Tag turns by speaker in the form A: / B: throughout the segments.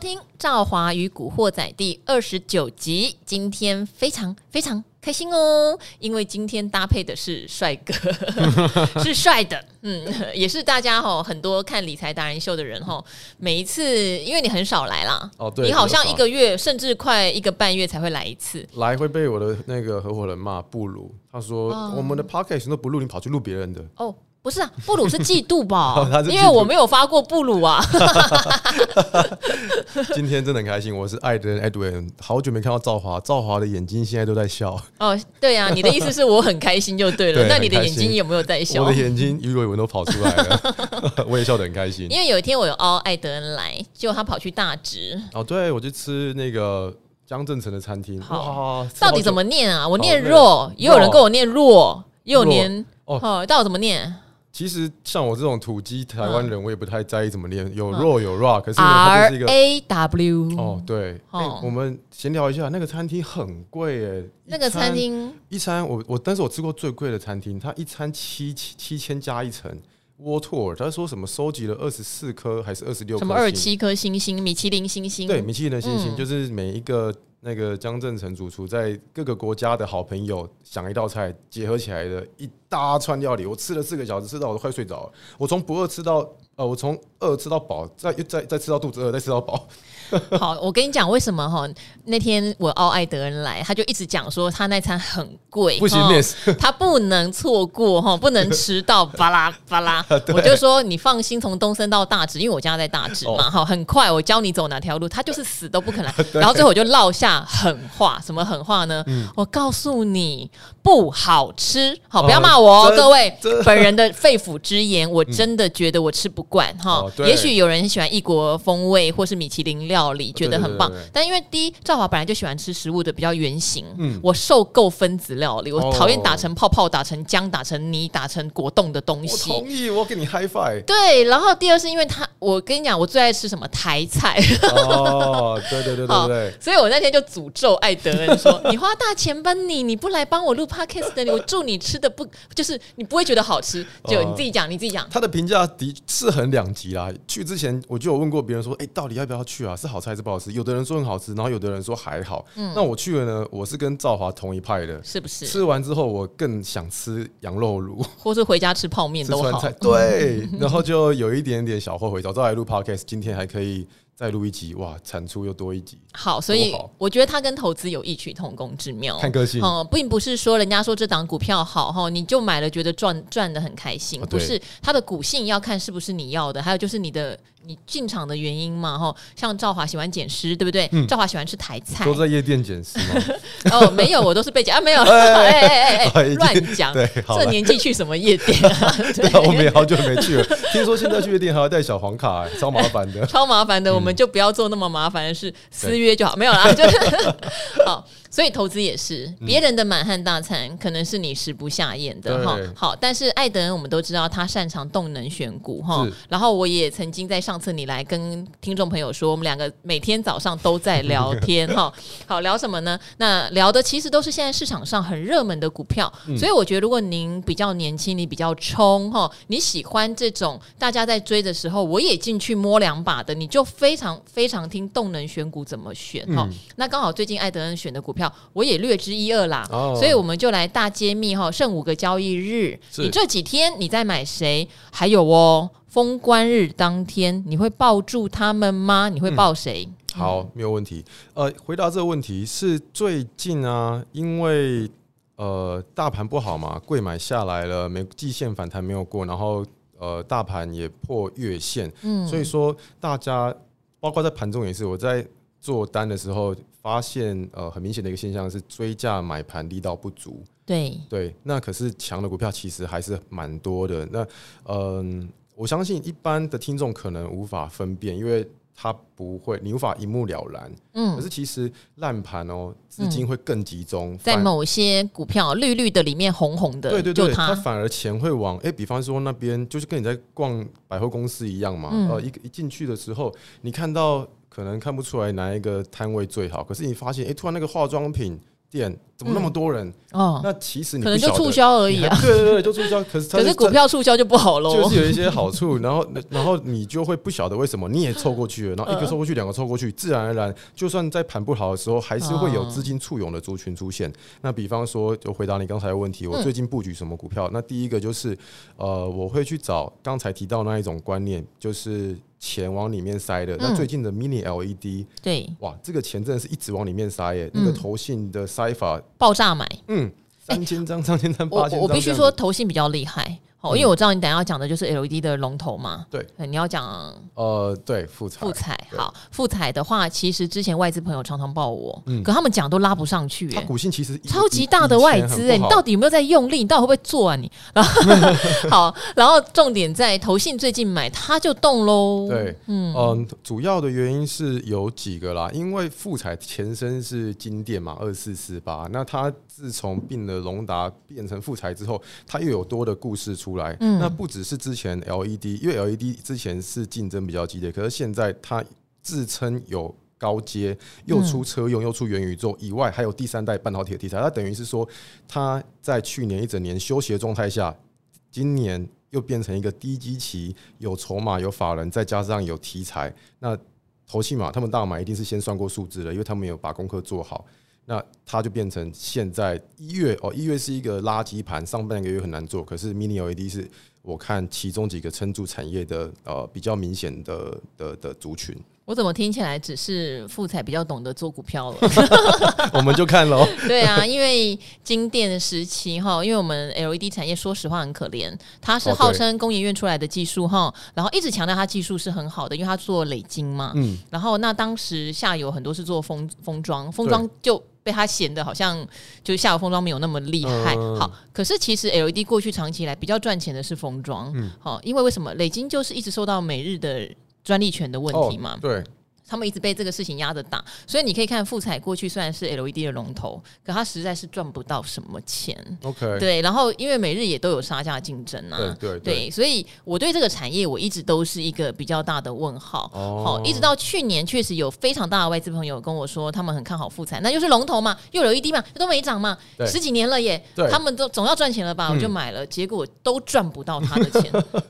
A: 听《赵华与古惑仔》第二十九集。今天非常非常开心哦，因为今天搭配的是帅哥， 是帅的，嗯，也是大家哈很多看理财达人秀的人哈，每一次因为你很少来啦，
B: 哦对
A: 你好像
B: 比较
A: 一
B: 少
A: 个月甚至快一个半月才会来一次，
B: 来会被我的那个合伙人骂不如，他说、
A: 嗯
B: 我们的 podcast 都不录，你跑去录别人的，
A: 哦，不是啊，布鲁是嫉妒吧
B: 哦他？是
A: 因
B: 嫉
A: 为
B: 妒
A: 我没有发过布鲁啊。
B: 今天真的很开心，我是艾德 Edwin，好久没看到赵华，赵华的眼睛现在都在笑，
A: 哦，对啊，你的意思是我很开心就对了。
B: 对
A: 那你的
B: 很开
A: 眼睛
B: 心
A: 有没有在笑？
B: 我的眼睛鱼尾纹都跑出 来了，我也笑得很开心。
A: 因为有一天我有凹艾德恩来，结果他跑去大直，
B: 哦，对，我去吃那个江正成的餐厅，
A: 好
B: 哇，吃
A: 到
B: 好
A: 底
B: 久
A: 怎么念啊？我念
B: 好
A: 弱，也有人
B: 哦弱
A: 跟我念弱，也有念
B: 哦
A: 哦，到底怎么念
B: 其实像我这种土鸡台湾人，我也不太在意怎么念，有 raw 有 raw，可是呢
A: 嗯
B: 它
A: ？R
B: 就是一个
A: A W
B: 哦，对，哎
A: 哦
B: 我们闲聊一下，那个餐厅很贵诶，
A: 那个
B: 一餐
A: 餐厅
B: 一餐我我但是我吃过最贵的餐厅，它一餐七七七千加一层。沃托尔他说什么收集了二十四颗还是二十六颗
A: 什
B: 星？
A: 么二七颗星星，米其林星星，
B: 对米其林的星星，
A: 嗯
B: 就是每一个那个江正成主厨在各个国家的好朋友想一道菜结合起来的一大串料理，我吃了四个小时，吃到我都快睡着了。我从不饿吃到呃，我从饿吃到饱，再又再再吃到肚子饿，再吃到饱。
A: 好，我跟你讲为什么哈？那天我奥艾德恩来，他就一直讲说他那餐很贵，哦
B: 不行
A: 哈
B: miss
A: 他不能错过哈，不能迟到，巴拉巴拉。
B: 啊
A: 我就说你放心，从东森到大直，因为我家在大直
B: 哦
A: 嘛，哈、很快我教你走哪条路，他就是死都不 肯来。然后最后我就落下狠话，什么狠话呢？我告诉你不好吃，好，不要
B: 嗯哦
A: 骂我、哦，
B: 真
A: 各位
B: 真，嗯
A: 本人的肺腑之言，我真的觉得我吃不惯哈
B: 哦。对
A: 也许有人喜欢异国风味或是米其林料理，觉得很棒
B: 哦对对对对。
A: 但因为第一，赵华本来就喜欢吃食物的比较圆形，
B: 嗯
A: 我受够分子料理，我
B: 哦
A: 讨厌打成泡泡、打成浆、打成泥、打成果冻的东
B: 我
A: 西。
B: 同意，我给你 high five。
A: 对，然后第二是因为他，我跟你讲，我最爱吃什么台菜，
B: 哦，对对对对
A: 好
B: 对，
A: 所以我那天就诅咒艾德恩说：“你花大钱帮你，你不来帮我录 podcast 的，我祝你吃的不就是你不会觉得好吃，就
B: 哦
A: 你自己讲，你自己讲。”
B: 他的评价的是很两极啦。去之前我就有问过别人说，哎、到底要不要去啊？是好吃还是不好吃？有的人说很好吃，然后有的人说还好。那我去了呢，我是跟赵华同一派的。
A: 是不嗯是？
B: 吃完之后，我更想吃羊肉炉，
A: 或是回家吃泡面
B: 吃
A: 都
B: 川
A: 好嗯
B: 菜。。对，然后就有一点点小后悔，早知道来录 podcast，今天还可以再录一集，哇，产出又多一集。
A: 好，所以
B: 多好
A: 我觉得它跟投资有异曲同工之妙。
B: 看个性
A: 嗯，并不是说人家说这档股票好哈，你就买了觉得赚赚的很开心，
B: 啊
A: 不
B: 对
A: 是它的股性要看是不是你要的，还有就是你的你进场的原因嘛哈。像赵华喜欢捡尸，对不对？
B: 嗯
A: 赵华喜欢吃台菜
B: 都，在夜店捡食 吗？
A: 哦，没有，我都是被捡啊，没 有， 哎哎哎哎，
B: 已经
A: 乱讲，
B: 对好
A: 这
B: 了
A: 年纪去什么夜店啊？
B: 对啊，我们也好久没去了。听说现在去夜店还要带小黄卡、哎超麻烦的。嗯
A: 超麻烦的，我们就不要做那么麻烦的事，私约就好，没有 啦，就是好。所以投资也是
B: 嗯
A: 别人的满汉大餐，可能是你食不下咽的
B: 对
A: 哈。好，但是艾德恩我们都知道他擅长动能选股哈
B: 是。
A: 然后我也曾经在上次你来跟听众朋友说，我们两个每天早上都在聊天 哈。好，聊什么呢？那聊的其实都是现在市场上很热门的股票，
B: 嗯
A: 所以我觉得如果您比较年轻，你比较冲哈，你喜欢这种大家在追的时候，我也进去摸两把的，你就非常非常听动能选股怎么选哈。
B: 嗯
A: 那刚好最近艾德恩选的股票，我也略知一二啦，
B: 哦
A: 所以我们就来大揭秘哈，剩五个交易日，
B: 是
A: 你这几天你在买谁？还有哦。封关日当天，你会抱住他们吗？
B: 嗯
A: 你会抱谁？
B: 好，没有问题。呃，回答这个问题是最近啊，因为呃大盘不好嘛，贵买下来了，美季线反弹没有过，然后呃大盘也破月线，所以说大家包括在盘中也是，我在做单的时候发现呃很明显的一个现象是追价买盘力道不足，
A: 对，
B: 对，那可是强的股票其实还是蛮多的。那嗯，我相信一般的听众可能无法分辨，因为他不会，你无法一目了然。
A: 嗯
B: 可，是其实烂盘哦，资金会更集中，
A: 在
B: 反
A: 某些股票绿绿的里面红红的，
B: 对对对，
A: 就
B: 它
A: 它
B: 反而钱会往哎、比方说那边就是跟你在逛百货公司一样嘛，
A: 嗯
B: 呃，一个一进去的时候，你看到可能看不出来哪一个摊位最好，可是你发现哎、诶突然那个化妆品店怎么那么多人？
A: 哦，
B: 那其实你
A: 可能
B: 不
A: 就
B: 晓得
A: 促销而已
B: 你
A: 啊。
B: 还对对对，就促销。 可是它
A: 可是股
B: 赚
A: 票促销就不好喽。
B: 就是有一些好处，然后 然后你就会不晓得为什么你也凑过去了，然后一个
A: 嗯
B: 凑过去，两个凑过去，自然而然，就算在盘不好的时候，还是会有资金簇涌的族群出现。那比方说，就回答你刚才的问
A: 嗯
B: 题，我最近布局什么股票？那第一个就是呃，我会去找刚才提到那一种观念，就是钱往里面塞的。那
A: 嗯
B: 最近的 mini LED，
A: 对，
B: 哇，这个钱真的是一直往里面塞耶，那个
A: 嗯
B: 投信的塞法，
A: 爆炸买。
B: 嗯，三千张、三千张、
A: 我
B: 八千
A: 我
B: 张，
A: 必须说，，投信比较厉害。哦，因为我知道你等一下要讲的就是 LED 的龙头嘛。
B: 嗯对，
A: 你要讲
B: 呃，对，复彩
A: 富，彩。
B: 对
A: 好，富彩的话，其实之前外资朋友常常报我，
B: 嗯
A: 可他们讲都拉不上去、
B: 它
A: 欸。
B: 股性其实以
A: 超级大的外资哎、你到底有没有在用力？你到底会不会做啊你？ 然后好，然后重点在投信最近买，它就动喽。
B: 对，嗯主要的原因是有几个啦，因为富彩前身是金店嘛，二四四八，那它自从并了隆达变成富彩之后，它又有多的故事出来。
A: 嗯
B: 那不只是之前 LED，因为 LED 之前是竞争比较激烈，可是现在它自称有。高阶又出车用，又出元宇宙以外，还有第三代半导体的题材。它等于是说，它在去年一整年休息的状态下，今年又变成一个低基期，有筹码、有法人，再加上有题材，那投信嘛，他们大买一定是先算过数字了，因为他们有把功课做好。那它就变成现在一月哦，一月是一个垃圾盘，上半个月很难做。可是 Mini LED 是我看其中几个撑住产业的呃比较明显的的的族群，
A: 我怎么听起来只是富彩比较懂得做股票了？
B: 我们就看喽。
A: 对啊， 因为金店时期哈，因为我们 LED 产业说实话很可怜，它是
B: 哦对
A: 号称工研院出来的技术哈，然后一直强调它技术是很好的，因为它做累晶嘛。
B: 嗯，
A: 然后那当时下游很多是做封封装，封装就被它显得好像就下游封装没有那么厉害。
B: 嗯
A: 好，可是其实 LED 过去长期以来比较赚钱的是封装，
B: 嗯
A: 好、因为为什么累晶就是一直受到美日的专利权的问题嘛。
B: 哦对，
A: 他们一直被这个事情压着打，所以你可以看富彩过去虽然是 LED 的龙头，可它实在是赚不到什么钱。
B: OK，
A: 对，然后因为每日也都有杀价竞争啊，
B: 对对
A: 对，所以我对这个产业我一直都是一个比较大的问号。
B: 哦
A: 好，一直到去年确实有非常大的外资朋友跟我说，他们很看好富彩，那就是龙头嘛，又有 LED 嘛，都没涨嘛，
B: 对
A: 十几年了耶
B: 对，嗯
A: 他们都总要赚钱了吧？我就买了，结果都赚不到他的钱。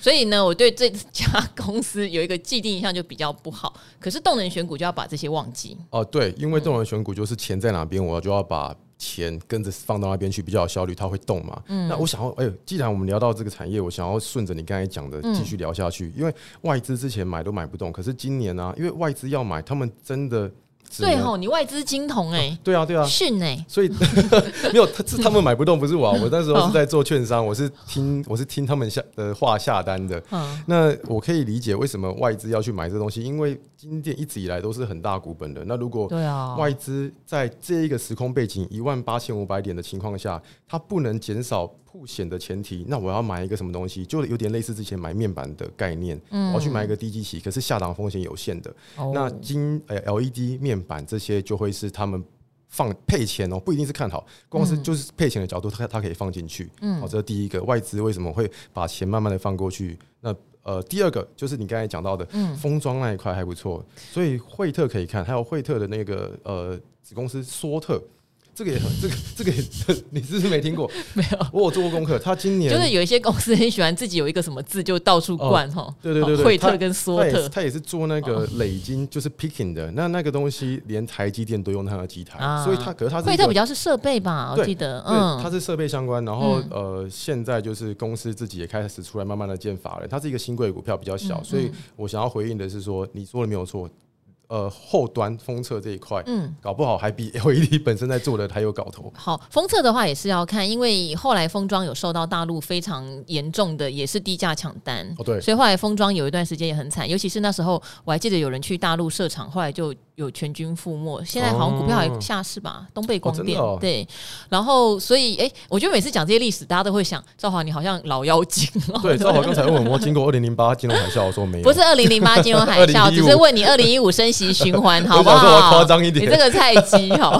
A: 所以呢，我对这家公司有一个既定印象就比较不好。可是动能选股就要把这些忘记。
B: 哦，对，因为动能选股就是钱在哪边，我就要把钱跟着放到那边去，比较有效率，它会动嘛。
A: 嗯
B: 那我想要，哎呦，既然我们聊到这个产业，我想要顺着你刚才讲的继续聊下
A: 嗯
B: 去，因为外资之前买都买不动，可是今年呢、因为外资要买，他们真的只
A: 对
B: 能
A: 吼，你外资金童哎、
B: 对啊，对啊，
A: 训哎、
B: 所以 没有，他是他们买不动，不是我啊、我那时候是在做券商，我是听我是听他们下的话下单的。
A: 嗯
B: 那我可以理解为什么外资要去买这东西，因为金店一直以来都是很大股本的。那如果
A: 对啊，
B: 外资在这一个时空背景一万八千五百点的情况下，它不能减少曝险的前提，那我要买一个什么东西，就有点类似之前买面板的概念，
A: 嗯
B: 我要去买一个低基期，可是下档风险有限的。
A: 哦
B: 那金呃 LED 面板这些就会是他们。放配钱哦，不一定是看好，光是就是配钱的角度，它它可以放进去。嗯，好，这是第一个，外资为什么会把钱慢慢的放过去？那呃，第二个就是你刚才讲到的，
A: 嗯
B: 封装那一块还不错，所以惠特可以看，还有惠特的那个呃子公司索特，这个也很 这个这个也你是不是没听过？
A: 没有。
B: 我有做过功课，他今年
A: 就是有一些公司很喜欢自己有一个什么字就到处冠哈、
B: 哦对对对对
A: 惠
B: 他
A: 特跟索
B: 他也
A: 特
B: 是他也是做那个累金，就是 picking 的，那那个东西连台积电都用它的机台，
A: 啊
B: 所以它可是它是
A: 惠
B: 一
A: 特
B: 个
A: 比较是设备吧，我
B: 对
A: 记得，
B: 对，它
A: 嗯，
B: 是设备相关，然后、呃，现在就是公司自己也开始出来慢慢的建法人，它是一个新贵股票比较小，所以我想要回应的是说，你说的没有错，呃，后端封测这一块，
A: 嗯
B: 搞不好还比 LED 本身在做的还有搞头。
A: 好，封测的话也是要看，因为后来封装有受到大陆非常严重的，也是低价抢单，
B: 哦，对，
A: 所以后来封装有一段时间也很惨，尤其是那时候我还记得有人去大陆设厂，后来就有全军覆没。现在好像股票还下市吧，东贝光电、
B: 哦真的哦
A: 对。然后所以哎、我觉得每次讲这些历史，大家都会想赵华你好像老妖精哦。
B: 对，赵华刚才问我们经过二零零八金融海啸，我说没有，
A: 不是二零零八金融海啸，
B: 2015
A: 只是问你二零 一五升息循环好
B: 我
A: 不
B: 想说我要
A: 好？
B: 夸张一点
A: 你这个菜鸡 好。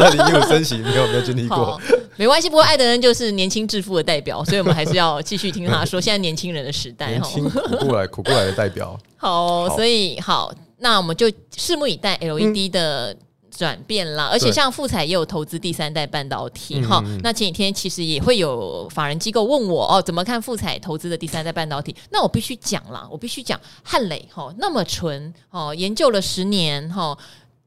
B: 二零一五升息没有没有经历
A: 好
B: 过，，
A: 没关系。不过艾德恩就是年轻致富的代表，所以我们还是要继续听他说。现在年轻人的时代，
B: 年
A: 哈。
B: 轻苦过来苦过来的代表。
A: 好，
B: 好嗯
A: 所以好，那我们就拭目以待 LED E 的转变啦，而且
B: 对
A: 像富彩也有投资第三代半导体
B: 嗯
A: 哈、
B: 嗯嗯
A: 那前几天其实也会有法人机构问我哦，怎么看富彩投资的第三代半导体？那我必须讲啦，我必须讲汉磊哈、那么纯哦，研究了十年哈。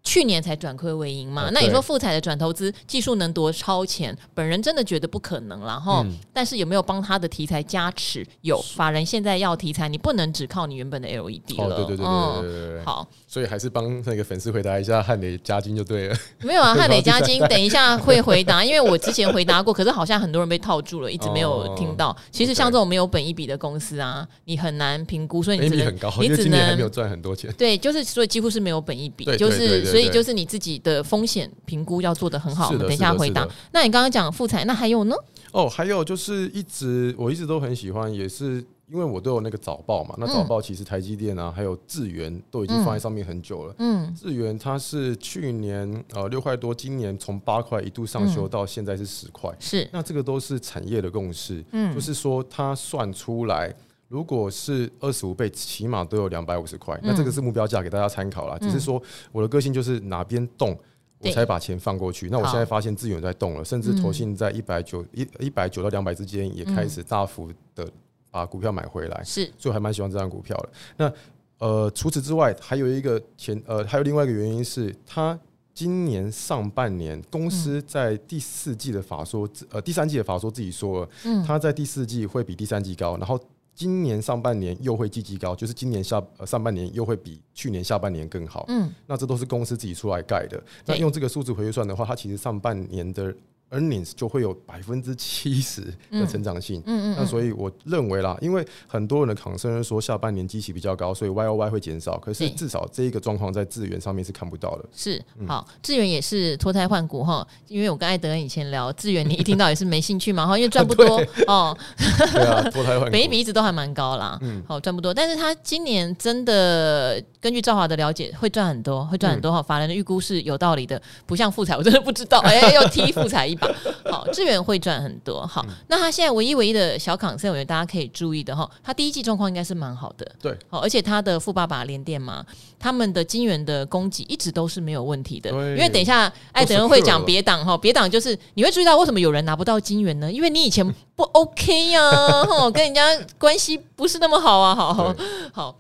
A: 去年才转亏为盈嘛，
B: 啊
A: 那你说
B: 对
A: 富彩的转投资技术能多超前？本人真的觉得不可能啦哈、
B: 嗯
A: 但是有没有帮他的题材加持？有，法人现在要题材，你不能只靠你原本的 LED
B: 哦，
A: 了。
B: 对对对对
A: 嗯
B: 对对对对，
A: 好，
B: 所以还是帮那个粉丝回答一下汉雷加金就对了。
A: 没有啊，汉磊加金，等一下会回答， 因为我之前回答过，可哦是好像很多人被套住了，一直没有听到。其实像这种没有本一笔的公司啊，你很难评估，所以 你只
B: Amy
A: 能
B: 哎很高，
A: 你
B: 因为
A: 只
B: 今年还没有
A: 能。
B: 赚很多钱。
A: 对，就是所以几乎是没有本一笔，
B: 对
A: 就
B: 对对
A: 是
B: 对
A: 所以
B: 对
A: 就是你自己的风险评估要做得很好。我
B: 是的
A: 们等一下
B: 是的
A: 回答
B: 是的。
A: 那你刚刚讲富彩，那还有呢？
B: 哦，还有就是一直我一直都很喜欢，也是因为我都有那个早报嘛。那
A: 嗯
B: 早报其实台积电啊，还有智源都已经放在上面很久了。
A: 嗯，
B: 智源它是去年呃六块多，今年从八块一度上修
A: 嗯
B: 到现在是十块。
A: 是，
B: 那这个都是产业的共识，
A: 嗯
B: 就是说它算出来，如果是二十五倍，起码都有两百五十
A: 嗯
B: 块。那这个是目标价，给大家参考啦。只是说我的个性就是哪边动。我
A: 对嗯
B: 才把钱放过去。那我
A: 好
B: 现在发现资源在动了，甚至投信在一百九一一百九到两百之间也开
A: 嗯
B: 始大幅的把股票买回来。
A: 是，
B: 所以我还蛮喜欢这张股票的。那呃，除此之外，还有一个前呃，还有另外一个原因是，它今年上半年公司在第四季的法说，呃，第三季的法说自己说了，
A: 嗯
B: 它在第四季会比第三季高，然后。今年上半年又会季季高，就是今年下、呃、上半年又会比去年下半年更好。
A: 嗯，
B: 那这都是公司自己出来盖的。
A: 对
B: 那用这个数字回去算的话，它其实上半年的 earnings 就会有百分之七十的成长性。
A: 嗯嗯
B: 那所以我认为啦，因为很多人的 concern 是说下半年基期比较高，所以 Y O Y 会减少。可是
A: 对
B: 至少这一个状况在资源上面是看不到的。
A: 是好，志远也是脱胎换骨哈，因为我跟艾德恩以前聊，志远你一听到也是没兴趣嘛哈，因为赚不 多哦，
B: 对啊，脱胎换骨。
A: 每一笔一直都还蛮高啦，
B: 嗯
A: 好赚不多，但是他今年真的根据赵华的了解，会赚很多，会赚
B: 嗯
A: 很多哈。法人的预估是有道理的，不像富彩，我真的不知 道，哎、要踢富彩一把。好，志远会赚很多，好，
B: 嗯
A: 那他现在唯一唯一的小 concern，我觉得大家可以注意的哈，他第一季状况应该是蛮好的，
B: 对，
A: 好，而且他的富爸爸联电嘛，他们的金源的供给一直都是没有问题的，
B: 对
A: 因为等一下
B: 哦
A: 艾德恩会讲
B: secure 了
A: 别档哈，别档就是你会注意到为什么有人拿不到金源呢？因为你以前不 OK 呀、哈，跟人家关系不是那么好啊，好好
B: 对
A: 好，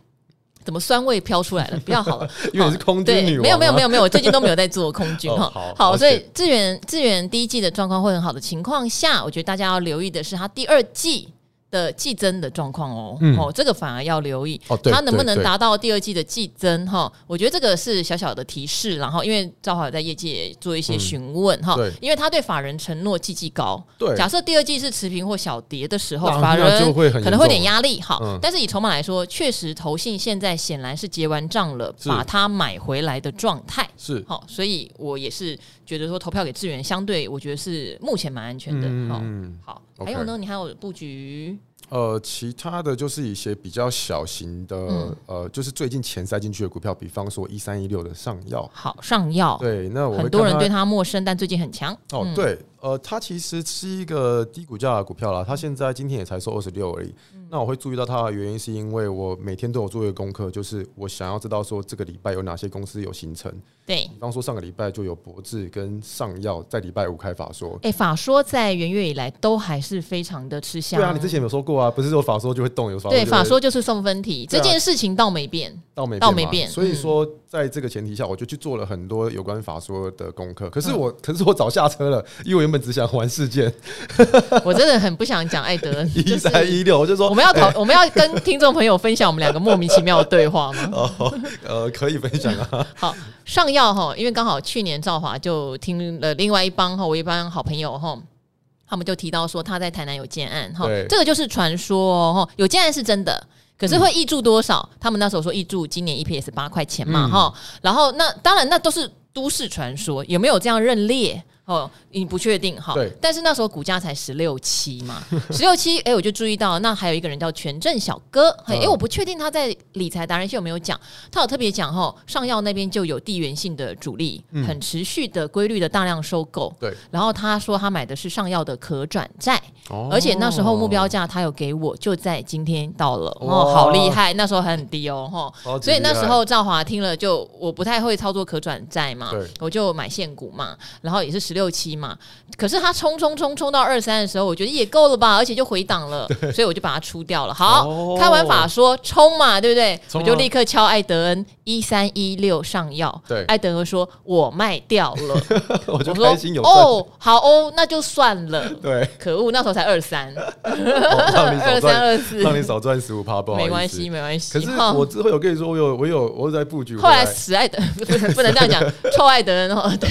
A: 怎么酸味飘出来了？不要好 了，
B: 因为你是空军
A: 对
B: 女，王、
A: 没有
B: 啊，
A: 没有没有没有，我最近都没有在做空军哈、
B: 哦好
A: 好，
B: 了
A: 所以
B: 解
A: 志远志远第一季的状况会很好的情况下，我觉得大家要留意的是他第二季。的季增的状况哦，
B: 嗯
A: 哦，这个反而要留意，
B: 哦对
A: 它能不能
B: 对对
A: 达到第二季的季增哈、我觉得这个是小小的提示，然后因为赵华有在业界做一些询问哈、
B: 嗯对
A: 因为他对法人承诺季季高，
B: 对
A: 假设第二季是持平或小跌的时候，
B: 那
A: 法
B: 那
A: 人
B: 就会很
A: 可能会有点
B: 严重了
A: 压力哈、
B: 嗯
A: 但是以筹码来说，确实投信现在显然是结完账了，
B: 是
A: 把它买回来的状态。
B: 是。
A: 好、所以我也是觉得说投票给志源，相对我觉得是目前蛮安全的。好、
B: 嗯，
A: 好，
B: OK
A: 还有呢，你还有布局
B: 呃，其他的就是一些比较小型的，呃，就是最近钱塞进去的股票，比方说一三一六的上药，
A: 好上药，
B: 对，那我会
A: 很多
B: 看
A: 人
B: 它
A: 对它陌生，但最近很强。
B: 哦，对，呃，它其实是一个低股价的股票啦，它现在今天也才收二十六而已。
A: 嗯
B: 那我会注意到它的原因，是因为我每天都有做一个功课，就是我想要知道说这个礼拜有哪些公司有行程。
A: 对，
B: 比方说上个礼拜就有博智跟上药在礼拜五开法说。
A: 哎，法说在元月以来都还是非常的吃香。
B: 对啊，你之前有说过啊，不是说法说就会动，有法
A: 对法
B: 说就
A: 说就是送分题，这
B: 对啊
A: 件事情倒没变。
B: 会倒没
A: 倒嗯
B: 嘛
A: 没变
B: 所以说，在这个前提下，我就去做了很多有关法说的功课。可是
A: 嗯
B: 我，可是我早下车了，因为我原本只想玩事件
A: 我真的很不想讲艾德，
B: 一
A: 就是
B: 三一哎六，我就说
A: 我们要讨，我们要跟听众朋友分享我们两个莫名其妙的对话吗？
B: 哦，呃，可以分享啊。
A: 好，上药哈，因为刚好去年赵华就听了另外一帮哈，我一帮好朋友哈。他们就提到说他在台南有建案哈
B: 对，嗯
A: 这个就是传说哦，哈有建案是真的，可是会挹注多少？他们那时候说挹注今年 E EPS
B: 嗯
A: 八块钱嘛哈，然后那当然那都是都市传说，有没有这样认列？哦，你不确定哈
B: 对，
A: 但是那时候股价才十六七 嘛，十六七，哎，我就注意到，那还有一个人叫权正小哥，哎、
B: 嗯
A: 诶我不确定他在理财达人秀有没有讲，他有特别讲哈，上药那边就有地缘性的主力，
B: 嗯
A: 很持续的规律的大量收购，
B: 对，
A: 然后他说他买的是上药的可转债，
B: 哦
A: 而且那时候目标价他有给我，就在今天到了，哦，好厉害，那时候还很低哦，哈、
B: 超级
A: 所以那
B: 厉害
A: 时候赵华听了就，我不太会操作可转债嘛
B: 对，
A: 我就买现股嘛，然后也是十六七嘛。可是他冲冲冲冲到二三的时候，我觉得也够了吧，而且就回档 了，所以我就把它出掉了。好，
B: 哦
A: 开完法说冲嘛，对不对？
B: 冲啊
A: 我就立刻敲艾德恩一三一六上药，
B: 对
A: 艾德恩说我卖掉了，
B: 我就
A: 哎我
B: 开心有
A: 说
B: 赚，
A: 哦，好哦，那就算了。
B: 对，
A: 可恶，那时候才二 三，
B: 哦让你少
A: 二三
B: 赚，
A: 二四，
B: 让你少赚十五趴，不好意思。
A: 没关系，没关系。
B: 可是
A: 哈
B: 我之后有跟你说，我有我有我有在布局回，
A: 后来死爱德 不能不能这样 讲，臭爱德恩哦， 对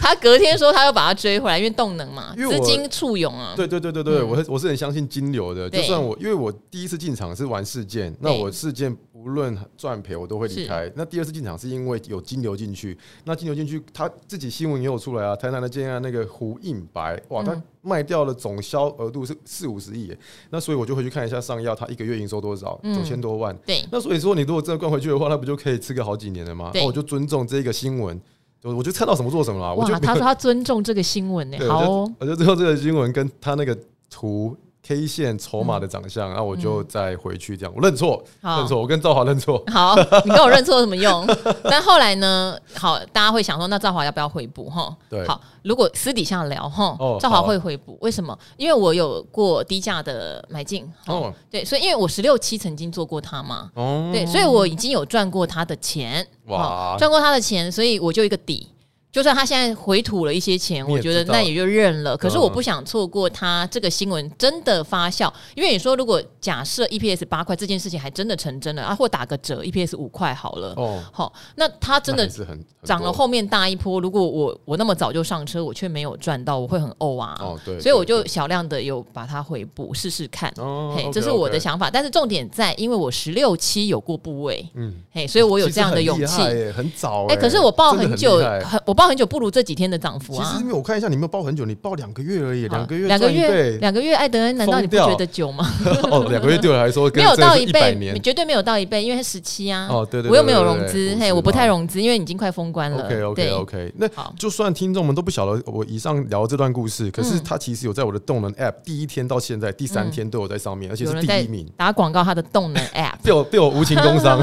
A: 他隔天说他又把他追回来，因为动能嘛，
B: 因为
A: 资
B: 我
A: 金簇涌啊，
B: 对对对对对，我是我是很相信金流的。就
A: 对
B: 算我因为我第一次进场是玩事件，那
A: 对
B: 我事件无论赚赔我都会离开。那第二次进场是因为有金流进去，那金流进去他自己新闻也有出来啊，台南的建案那个胡应白，哇，
A: 嗯
B: 他卖掉了总销额度是四五十亿耶，那所以我就回去看一下上药，他一个月营收多少，
A: 嗯
B: 九千多万。
A: 对
B: 那所以说，你如果真的灌回去的话，那不就可以吃个好几年了吗？哦
A: 对
B: 那我就尊重这个新闻，我我就看到什么做什么啦。啊我就
A: 哇，他说他尊重这个新闻呢
B: 对，，
A: 好
B: 我
A: 哦
B: 就，我就最后这个新闻跟他那个图 K 线筹码的长相，然后我就再回去这样，我认错，认
A: 嗯好。
B: 错，我跟赵华认错，
A: 好，你跟我认错有什么用？ 但后来呢？好，大家会想说，那赵华要不要回补？哈，
B: 对
A: 好，如果私底下聊哈
B: 哦，
A: 赵华
B: 好啊
A: 会回补，为什么？因为我有过低价的买进，哦，
B: 哦
A: 对，所以因为我十六七曾经做过它嘛，
B: 哦，
A: 对，所以我已经有赚过他的钱，
B: 哇
A: 哦赚过他的钱，所以我就一个底。就算他现在回吐了一些钱，
B: 你也
A: 我觉得
B: 知道
A: 那也就认了。可是我
B: 嗯
A: 不想错过他这个新闻真的发酵，因为你说如果假设 EPS 八块这件事情还真的成真了啊，或打个折 EPS 五块好了，
B: 哦，
A: 好、那他真
B: 那
A: 的
B: 还是很很多
A: 涨了后面大一波，如果我我那么早就上车，我却没有赚到，我会很怄啊。
B: 哦，对，
A: 所以我
B: 对
A: 就小量的有把它回补试试看。
B: 对哦
A: 嘿，
B: ，OK，
A: 这是我的
B: OK
A: 想法。但是重点在，因为我十六期有过部位，
B: 嗯，
A: 嘿，所以我有这样的
B: 其实很
A: 勇
B: 厉
A: 气。
B: 害耶很早
A: 哎、可是我报很久，
B: 真的很厉害
A: 很我报很久不如这几天的涨幅
B: 其
A: 啊
B: 实。因为我看一下，你没有报很久，你报两个月而已，
A: 好
B: 两个月
A: 两个
B: 赚一
A: 月，
B: 倍，
A: 两个月，艾德恩，难道你不
B: 疯掉
A: 觉得久吗？
B: 哦，两个月对我来说
A: 没有到
B: 一
A: 一倍，
B: 年
A: 你绝对没有到一倍，因为十七啊。
B: 哦对对对
A: 我又没有
B: 对对
A: 融
B: 对
A: 资
B: 对，
A: 嘿，
B: 50
A: 我不太
B: 嘛
A: 融资，因为已经快封关了。
B: OK OK
A: 对
B: OK，那
A: 好
B: 就算听众们都不晓得我以上聊这段故事，可
A: 嗯
B: 是他其实有在我的动能 App 第一天到现在第三天都有在上面，而且
A: 有
B: 是
A: 人
B: 第
A: 在
B: 一名，
A: 打广告他的动能 App，
B: 被我被我无情工伤，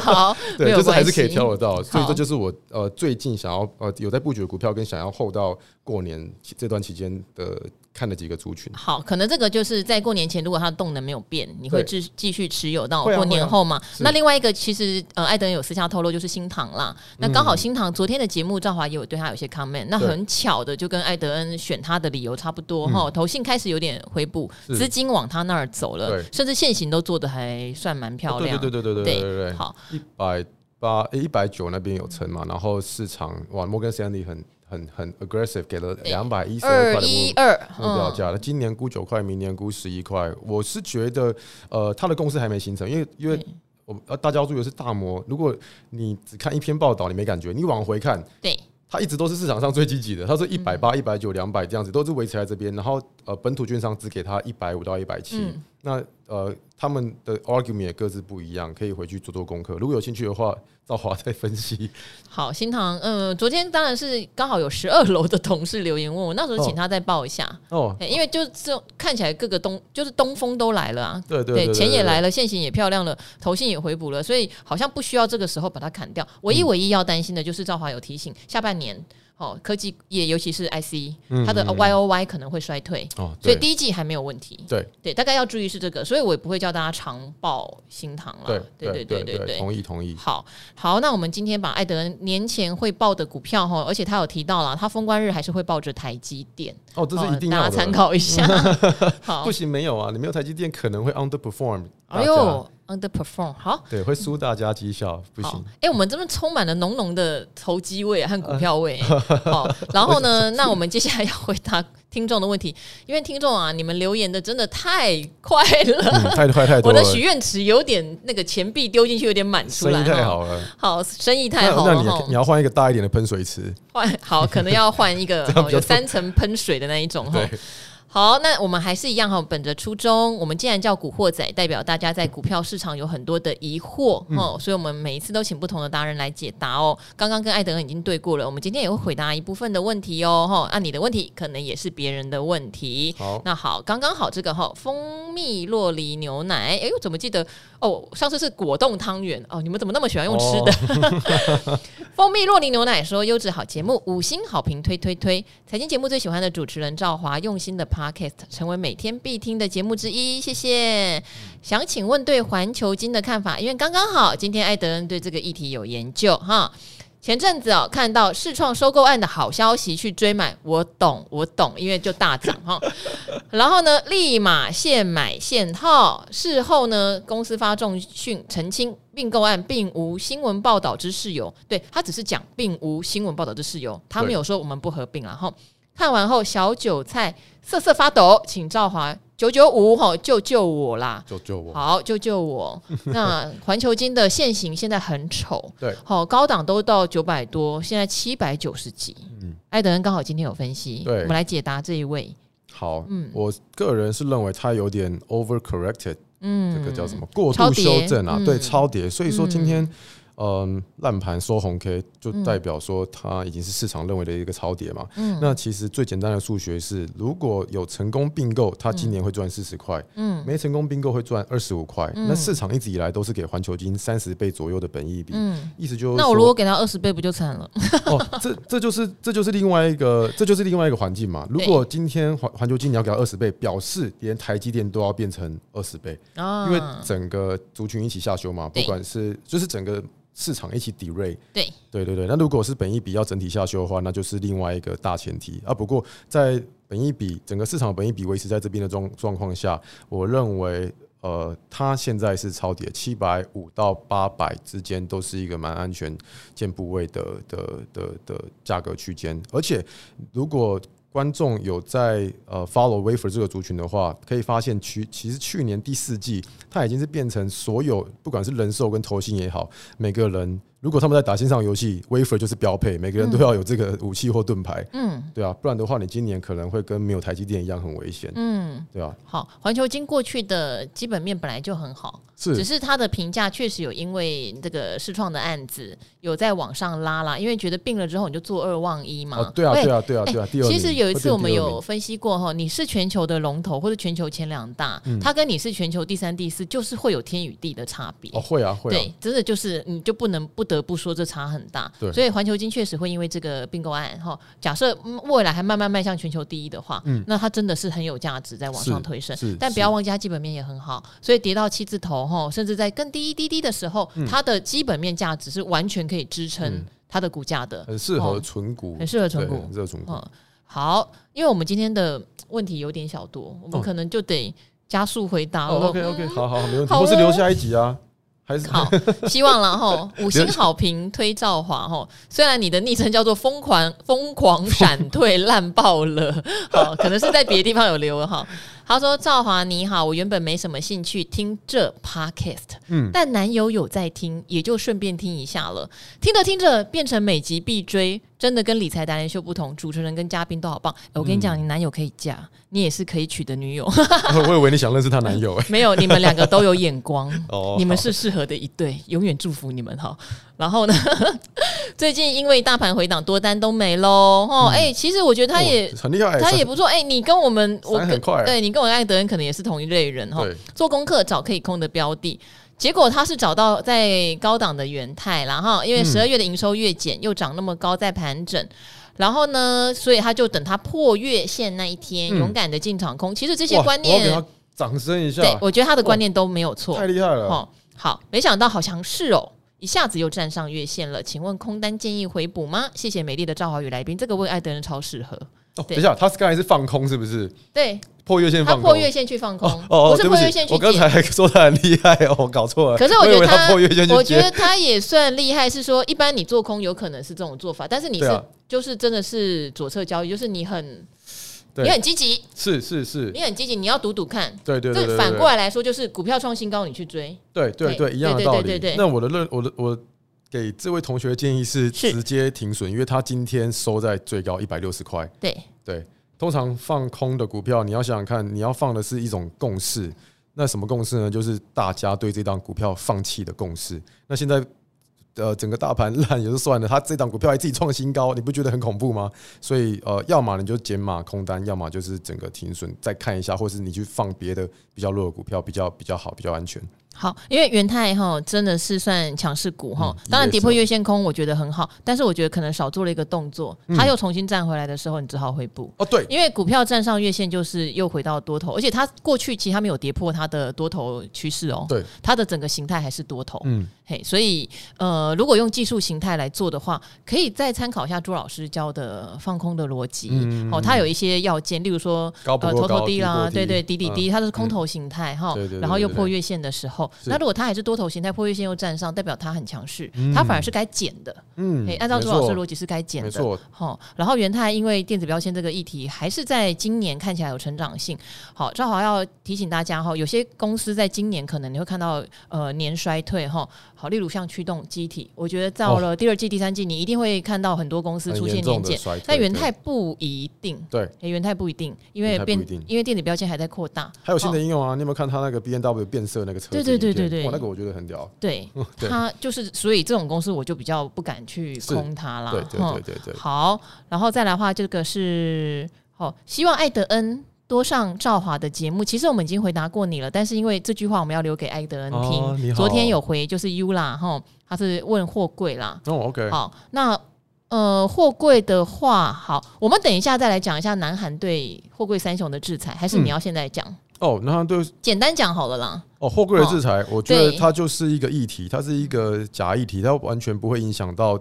A: 好，没
B: 对，
A: 有
B: 就是还
A: 关
B: 是可
A: 系
B: 以挑得到，所以
A: 好
B: 这就是我呃最近想要呃有在布局的股票跟想要后到过年这段期间的看的几个族群。
A: 好，可能这个就是在过年前，如果它的动能没有变，你会继继续持有到
B: 会啊
A: 过年后嘛？
B: 是
A: 那另外一个，其实呃，艾登有私下透露就是新唐啦。那刚好新唐昨天的节目，赵华也有对他有些 comment，那
B: 嗯对嗯
A: 很巧的就跟艾德恩选他的理由差不多哈。投信开始有点回补，
B: 是
A: 资金往他那儿走了
B: 对，哦
A: 甚至现行都做的还算蛮漂
B: 对
A: 亮。
B: 对对对对对对对，
A: 好，
B: 一百八一百九那边有撑嘛，然后市场哇摩根 s t a n 很很很 aggressive 给了两百一十二
A: 二
B: 块的目
A: 一二，
B: 目标
A: 嗯，
B: 价，那今年估九块，明年估十一块。我是觉得，呃，他的共识还没形成，因为因为
A: 对
B: 我们呃大家要注意的是大摩，如果你只看一篇报道，你没感觉，你往回看，
A: 嗯对，
B: 它一直都是市场上最积极的，它是一百
A: 嗯
B: 八、一百九、两百这样子，都是维持在这边。然后呃，本土券商只给它一百五到一百七
A: 嗯，
B: 那呃他们的 argument 也各自不一样，可以回去做做功课。如果有兴趣的话，赵华再分析。
A: 好，新唐，嗯，昨天当然是刚好有十二楼的同事留言问我，那时候请他再报一下。
B: 哦，
A: 欸因为就是这种看起来各个东就是东风都来了啊，
B: 对对对，
A: 钱也来
B: 了，
A: 了，现行也漂亮了，投信也回补了，所以好像不需要这个时候把它砍掉。唯一
B: 嗯
A: 唯一要担心的就是赵华有提醒，下半年哦，科技业尤其是 IC，它的 Y O Y 可能会衰退，
B: 哦，
A: 所以
B: 嗯对
A: 第一季还没有问题。
B: 对
A: 对，大概要注意是这个，所以我也不会叫大家常报新塘了。
B: 对
A: 啊对
B: 对
A: 对对。
B: 同意同意。
A: 好好，那我们今天把艾德恩年前会报的股票哈，而且他有提到了，他封关日还是会抱着台积电。
B: 哦，这
A: 好，
B: 是一定
A: 大
B: 要
A: 家
B: 的
A: 参。考一下。好
B: 不，行，没有啊，你没有台积电可能会 underperform 大家。
A: 哎呦， underperform。好，
B: 对，会输大家绩效，不
A: 好
B: 行。，
A: 哎、我们这边充满了浓浓的投机味啊和股票 味、好，然后呢，那我们接下来要回答听众的问题，因为听众啊，你们留言的真的太快了，
B: 嗯太太太多
A: 我
B: 了
A: 的，许愿池有点那个钱币丢进去有点满出
B: 生
A: 来
B: 意太
A: 哈
B: 好了。
A: 好，生意太
B: 那
A: 好
B: 那
A: 了
B: 你
A: 哈
B: 你。要换一个大一点的喷水池，
A: 换好，可能要换一个
B: 这样比较
A: 哦有
B: 多
A: 三层喷水的那一种哈
B: 对。
A: 好，那我们还是一样哈，本着初衷，我们既然叫古惑仔，代表大家在股票市场有很多的疑惑哦，所以我们每一次都请不同的达人来解答哦。刚刚跟艾德恩已经对过了，我们今天也会回答一部分的问题哦哈。那、你的问题可能也是别人的问题。
B: 好
A: 那好，刚刚好这个哈，蜂蜜洛梨牛奶，哎，我怎么记得哦？上次是果冻汤圆哦，你们怎么那么喜欢用吃的？ 蜂蜜洛梨牛奶说：“优质好节目，五星好评推推推！财经节目最喜欢的主持人赵华，用心的 Podcast 成为每天必听的节目之一，谢谢。想请问对环球金的看法，因为刚刚好今天艾德恩对这个议题有研究哈。前阵子哦，看到市创收购案的好消息去追买，我懂，我懂，因为就大涨哈。然后呢，立马现买现套。事后呢，公司发重讯澄清，并购案并无新闻报道之事由。对他只是讲并无新闻报道之事由，他没有说我们不合并然后看完后，小韭菜瑟瑟发抖，请赵华九九五吼救救我啦！
B: 救救我！
A: 好，救救我！那环球金的现行现在很丑，
B: 对，
A: 好、高档都到九百多，现在七百九十几。
B: 嗯
A: 艾德恩刚好今天有分析，
B: 对
A: 我们来解答这一位。
B: 好，
A: 嗯
B: 我个人是认为它有点 overcorrected，嗯，这个叫什么过
A: 超
B: 度
A: 跌
B: 修正啊？
A: 嗯
B: 对，超跌。所以说今天，嗯，烂盘收红 K 就代表说它已经是市场认为的一个超跌嘛。
A: 嗯
B: 那其实最简单的数学是，如果有成功并购，它今年会赚四十块；
A: 嗯
B: 没成功并购会赚二十五块。
A: 嗯
B: 那市场一直以来都是给环球金三十倍左右的本益比，
A: 嗯，
B: 意思就是
A: 那我
B: 说
A: 如果给他二十倍，不就惨了？
B: 哦，这这就是这就是另外一个这就是另外一个环境嘛。如果今天环环球金你要给它二十倍，表示连台积电都要变成二十倍，
A: 啊
B: 因为整个族群一起下修嘛，不
A: 对
B: 管是就是整个市场一起 d e r a
A: 对
B: 对对对，那如果是本益比要整体下修的话，那就是另外一个大前提啊。不过在本益比整个市场本益比维持在这边的状状况下，我认为呃，它现在是超跌，七百五到八百之间都是一个蛮安全建部位的的的的价格区间。而且如果观众有在呃 follow wafer 这个族群的话，可以发现去其实去年第四季它已经是变成所有不管是人寿跟投信也好，每个人如果他们在打线上游戏，wafer 就是标配，每个人都要有这个武器或盾牌，
A: 嗯
B: 对啊，不然的话你今年可能会跟没有台积电一样很危险，
A: 嗯，
B: 对啊，
A: 好，环球金过去的基本面本来就很好，只
B: 是
A: 是它的评价确实有因为这个试创的案子有在往上拉啦，因为觉得病了之后你就做二望一嘛。
B: 啊，对啊，
A: 喂
B: 对啊，对啊，
A: 哎
B: 对啊，第二
A: 其
B: 名
A: 实有一
B: 会
A: 次
B: 变
A: 我们
B: 第二名
A: 有分析过哈，你是全球的龙头或者全球前两大，
B: 嗯
A: 它跟你是全球第三、第四，就是会有天与地的差别。
B: 哦会啊会啊，
A: 对，真的就是你就不能不得不说这差很大。
B: 对
A: 所以环球金确实会因为这个并购案哈，假设嗯未来还慢慢迈向全球第一的话，那它真的是很有价值在往上推升
B: 嗯是是。
A: 但不要忘记它基本面也很好，所以跌到七字头哈，甚至在更低一滴滴的时候，
B: 嗯
A: 它的基本面价值是完全可以支撑它的股价的。
B: 很适合
A: 哦
B: 纯股，
A: 很适合纯
B: 对
A: 股
B: 很适合纯股，
A: 嗯，好，因为我们今天的问题有点小多，我们
B: 哦
A: 可能就得加速回答了。
B: 哦，OK OK，好好，好没问题，
A: 好哦
B: 或是留下一集啊，还是
A: 好，希望然后五星好评推赵华吼，虽然你的昵称叫做疯狂疯狂闪退烂爆了，好，可能是在别的地方有留哈。他说：“赵华你好，我原本没什么兴趣听这 podcast，
B: 嗯
A: 但男友有在听，也就顺便听一下了。听着听着变成每集必追，真的跟理财达人秀不同，主持人跟嘉宾都好棒。哎我跟你讲，你男友可以嫁，你也是可以娶的女友。
B: 我以为你想认识她男友哎，
A: 没有，你们两个都有眼光，
B: 哦
A: 你们是适合的一对，永远祝福你们哈。然后呢， 最近因为大盘回档，多单都没喽。哦，
B: 嗯
A: 哎、其实我觉得 他也、
B: 哦很厉害，
A: 他也
B: 闪
A: 不错。哎、你跟我们我
B: 闪
A: 跟
B: 很快哎
A: 对你跟我跟艾德恩可能也是同一类人哈。
B: 对
A: 做功课找可以空的标的。结果他是找到在高档的元泰啦，然后
B: 嗯
A: 因为十二月的营收月减、又涨那么高，在盘整，然后呢，所以他就等他破月线那一天，
B: 嗯
A: 勇敢的进场空。其实这些
B: 哇
A: 观
B: 我要给
A: 念
B: 她掌声一下，
A: 对，我觉得他的观念都没有错
B: 啊太。厉害了，
A: 哦，好，没想到好像是哦，一下子又站上月线了。请问空单建议回补吗？谢谢美丽的赵华宇来宾，这个问艾德人超适合。
B: 哦，
A: 对
B: 等一下，他是刚才是放空是不是？
A: 对，
B: 破月线
A: 它
B: 放
A: 破
B: 空。
A: 月线去放空，
B: 哦哦，
A: 不
B: 对
A: 是
B: 不
A: 破
B: 起
A: 月线去
B: 我刚才
A: 减。
B: 还说他很厉害哦，我搞错了。
A: 可是我觉
B: 以
A: 得
B: 为他
A: 它
B: 破月线
A: 我
B: 去
A: 觉
B: 接
A: 得它也算厉害，是说一般你做空有可能是这种做法，但是你是、
B: 对啊
A: 就是真的是左侧交易，就是你很
B: 对
A: 你很积极，
B: 是是是，
A: 你很积极，你要赌赌看。
B: 对对对对，
A: 这反过来来说，就是股票创新高，你去追。
B: 对对
A: 对
B: 对，一样的
A: 对对
B: 道
A: 对
B: 理
A: 对对。
B: 那我的论，我的我给这位同学的建议是
A: 是
B: 直接停损，因为他今天收在最高一百六十块。
A: 对，
B: 对，通常放空的股票，你要想想看，你要放的是一种共识。那什么共识呢？就是大家对这档股票放弃的共识。那现在，呃，整个大盘烂也就算了，它这档股票还自己创新高，你不觉得很恐怖吗？所以，呃，要么你就减码空单，要么就是整个停损再看一下，或是你去放别的比较弱的股票，比较比较好，比较安全。
A: 好，因为元泰哈真的是算强势股哈，
B: 嗯
A: 当然
B: 也是
A: 跌破月线空，我觉得很好，但是我觉得可能少做了一个动作，
B: 嗯
A: 它又重新站回来的时候，你只好回补。
B: 哦，对，
A: 因为股票站上月线就是又回到多头，而且它过去其实它没有跌破它的多头趋势哦，
B: 对，
A: 它的整个形态还是多头，
B: 嗯，
A: 嘿，所以呃，如果用技术形态来做的话，可以再参考一下朱老师教的放空的逻辑，
B: 嗯
A: 哦，它有一些要件，例如说
B: 高哦不
A: 呃，
B: 够
A: 头
B: 高
A: 头低啦，
B: 低
A: 对
B: 不
A: 对，
B: 够低
A: 低低低，它都是空头形态哈
B: 对对，对
A: 然后又
B: 对对
A: 破月线的时候，
B: 是
A: 那如果它还是多头形态，破月线又站上，代表它很强势，它反而是该减的。
B: 嗯
A: 哎，按照
B: 没
A: 朱老师的
B: 错
A: 逻辑是该减
B: 没
A: 的。
B: 错，
A: 好，然后元泰因为电子标签这个议题，还是在今年看起来有成长性。好，正好要提醒大家哈，有些公司在今年可能你会看到呃年衰退哈。好，例如像驱动机体，我觉得到了第二季、第三季，你一定会看到很多公司
B: 哦很
A: 出
B: 严
A: 现
B: 重
A: 年
B: 的
A: 减。
B: 衰退。
A: 但元
B: 对
A: 泰不一定，
B: 对，
A: 诶元泰不一定，因为
B: 元泰不
A: 变
B: 一定
A: 因为电子标签还在扩大，
B: 还有新的
A: 哦
B: 应用啊，你有没有看他那个 B N W 变色那个车子
A: 对
B: 影片？
A: 对对对对
B: 哇，那个我觉得很屌。
A: 对
B: 对
A: 它就是，所以这种公司我就比较不敢去
B: 是
A: 空它啦。
B: 对对
A: 哼
B: 对对对，
A: 好，然后再来的话，这个是哦，希望艾德恩多上赵华的节目。其实我们已经回答过你了，但是因为这句话我们要留给艾德恩听。
B: 哦你好
A: 昨天有回就是 U 啦，哈，他是问货柜啦。
B: 哦，OK，
A: 好，那呃，货柜的话，好，我们等一下再来讲一下南韩对货柜三雄的制裁，还是你
B: 嗯
A: 要现在讲？
B: 哦，那他对
A: 简单讲好了啦。
B: 哦货柜的制裁，我觉得
A: 对
B: 它就是一个议题，它是一个假议题，它完全不会影响到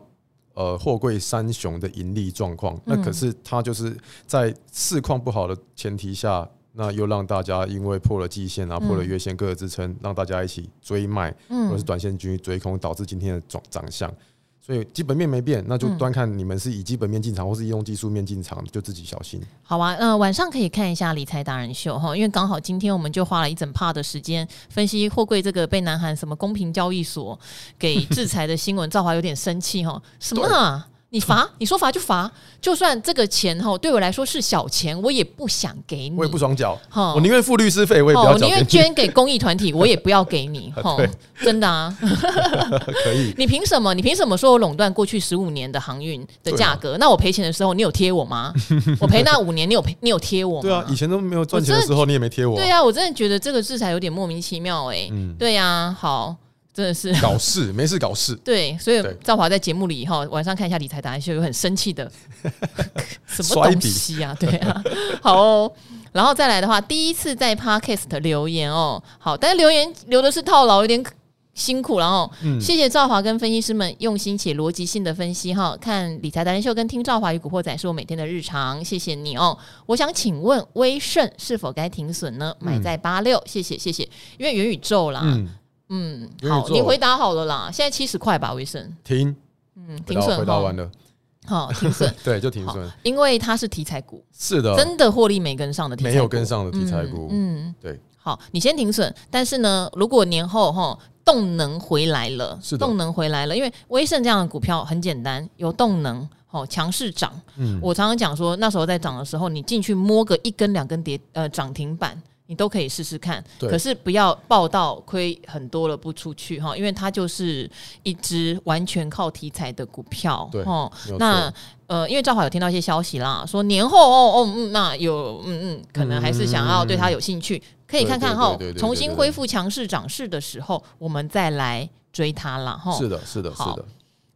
B: 呃货柜三雄的盈利状况。
A: 嗯
B: 那可是它就是在市况不好的前提下。那又让大家因为破了季线啊，
A: 嗯
B: 破了月线各个支撑，让大家一起追卖，或者
A: 嗯
B: 是，短线均追空，导致今天的涨涨相。所以基本面没变，那就
A: 嗯
B: 端看你们是以基本面进场，或是用技术面进场，就自己小心。
A: 好啊，嗯、晚上可以看一下理财达人秀哈，因为刚好今天我们就花了一整趴的时间分析货柜这个被南韩什么公平交易所给制裁的新闻，赵华有点生气哈，什么啊？你罚，你说罚就罚，就算这个钱哈对我来说是小钱，我也不想给你。
B: 我也不爽缴，
A: 哈
B: 我宁愿付律师费，我也不
A: 哦
B: 要
A: 我宁
B: 缴给
A: 愿
B: 你。
A: 捐给公益团体，我也不要给 你。哈，真的啊，
B: 可以，
A: 你凭什么？你凭什么说我垄断过去十五年的航运的价
B: 啊
A: 格？那我赔钱的时候，你有贴我 吗？我赔那五年，你有赔，你有贴我吗？
B: 对啊，以前都没有赚钱的时候，你也没贴我，
A: 对啊呀、我真的觉得这个制裁有点莫名其妙哎、
B: 嗯
A: 对呀、好，真的是
B: 搞事，没事搞事，
A: 对，所以
B: 对
A: 赵华在节目里哈，晚上看一下理财达人秀，有很生气 的什么
B: 摔
A: 东
B: 笔
A: 西啊？ 对啊，好哦。然后再来的话，第一次在 Podcast 留言哦，好，但是留言留的是套牢，有点辛苦了哦。
B: 嗯
A: 谢谢赵华跟分析师们用心且逻辑性的分析哈。看理财达人秀跟听赵华与古惑仔是我每天的日常，谢谢你哦。我想请问威盛是否该停损呢？买在八六、谢谢谢谢。因为元宇宙啦，
B: 嗯，
A: 啊嗯，
B: 元宇
A: 好，
B: 宙
A: 你回答好了啦。现在七十块吧，威盛，
B: 停，
A: 嗯，
B: 回
A: 停
B: 答
A: 损
B: 回答
A: 哈
B: 完了，
A: 好，停 损，
B: 对，就停损，
A: 因为它是题材股，
B: 是的，
A: 真的获利没跟上的题材股，
B: 没有跟上的题材股
A: 嗯，嗯
B: 对，
A: 好，你先停损，但是呢，如果年后哈动能回来了，
B: 是的
A: 动能回来了，因为威盛这样的股票很简单，有动能。哦，强势涨，
B: 嗯
A: 我常常讲说，那时候在涨的时候，你进去摸个一根两根跌，呃，涨停板你都可以试试看，
B: 对
A: 可是不要报到亏很多了不出去哈，因为它就是一只完全靠题材的股票，
B: 对
A: 哦，
B: 没有错
A: 那呃，因为正好有听到一些消息啦，说年后哦哦，嗯，那有嗯嗯，可能还是想要对他有兴趣，可以看看哈
B: 嗯对对对对，对
A: 重新恢复强势涨势的时候，我们再来追它啦哈。
B: 是的，是的，是
A: 哦好
B: 的，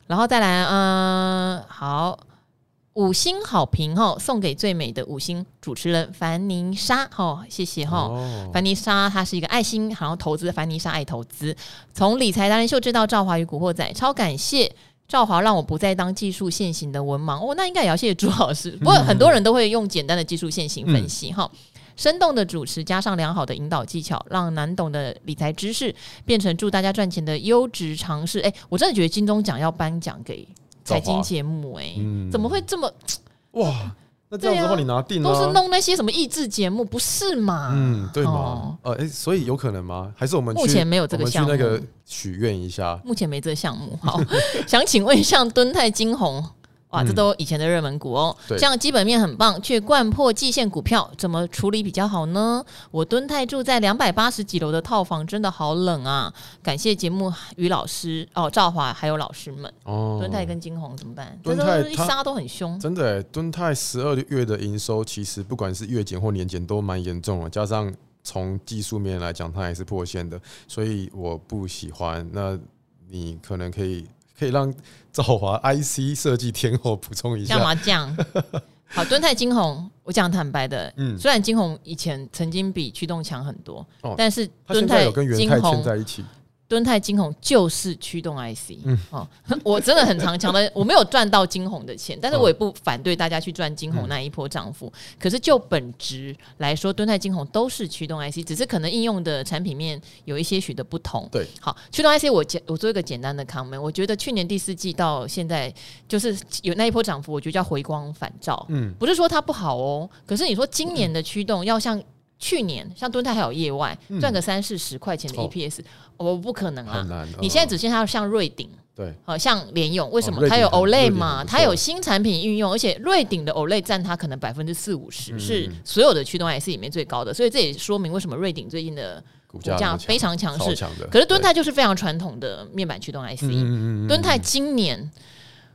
A: 然后再来，嗯、好，五星好评哈，送给最美的五星主持人凡妮莎哈，谢谢哈。
B: 哦，
A: 凡妮莎，她是一个爱心，然后投资凡妮莎爱投资。从理财达人秀知道赵华与古惑仔，超感谢赵华让我不再当技术现
B: 嗯
A: 行的文盲哦，那应该也要谢谢朱老师。不过很多人都会用简单的技术现行分析哈。生动的主持加上良好的引导技巧，让难懂的理财知识变成助大家赚钱的优质尝试。哎、我真的觉得金钟奖要颁奖给财
B: 赵华
A: 经节目、哎、
B: 嗯
A: 怎么会这么
B: 哇？那这样子的话，
A: 对啊
B: 你拿定了、
A: 都是弄那些什么益智节目，不是嘛？
B: 嗯，对
A: 哦
B: 吗？呃，哎，所以有可能吗？还是我们去
A: 目前没有这
B: 我
A: 个
B: 们去
A: 项目，
B: 那个许愿一下？
A: 目前没这个项目。好， 想请问像敦泰金红。哇，这
B: 嗯
A: 都以前的热门股哦。
B: 对
A: 像基本面很棒，却灌破季线股票，怎么处理比较好呢？我敦泰住在两百八十几楼的套房，真的好冷啊！感谢节目于老师哦，赵华还有老师们。
B: 哦，
A: 敦泰跟金红怎么办？
B: 敦
A: 这
B: 泰
A: 都一
B: 它
A: 杀都很凶。
B: 真的欸，敦泰十二月的营收其实不管是月减或年减都蛮严重的，加上从技术面来讲，它还是破线的，所以我不喜欢。那你可能可以可以让赵华 IC 设计天后补充一
A: 干
B: 下，
A: 嘛这 样？好，敦泰金红，我讲坦白的，
B: 嗯，
A: 虽然金红以前曾经比驱动强很多，
B: 哦
A: 但是
B: 他现
A: 敦
B: 在
A: 泰
B: 有跟元
A: 金
B: 泰
A: 红
B: 牵在一起，
A: 敦泰金红就是驱动 IC，、哦， 我真的很常强的，我没有赚到金红的钱，但是我也不反对大家去赚金红那一波涨幅。可是就本质来说，敦泰金红都是驱动 IC，只是可能应用的产品面有一些许的不同。
B: 对，
A: 好，驱动 IC 我简我做一个简单的 comment，我觉得去年第四季到现在就是有那一波涨幅，我觉得叫回光返照。
B: 嗯，
A: 不是说它不好哦，可是你说今年的驱动哦要像。去年像敦泰还有业外赚个三四十块钱的
B: 嗯哦
A: EPS，、我不可能啊
B: 很！难。
A: 你
B: 呃
A: 现在只剩下像瑞鼎，
B: 对
A: 好像联用，为什
B: 哦
A: 么？
B: 瑞
A: 它
B: 鼎
A: 有
B: 很
A: Olay
B: 瑞鼎
A: 嘛，
B: 很不错
A: 它有新产品运用，而且瑞鼎的 Olay 占它可能百分之四五十，
B: 嗯
A: 是所有的驱动 IC 里面最高的，所以这也说明为什么瑞鼎最近的
B: 股
A: 股价非常强
B: 超
A: 势。
B: 嗯强的，
A: 可是敦
B: 对
A: 泰就是非常传统的面板驱动 IC，、
B: 嗯
A: 敦泰今年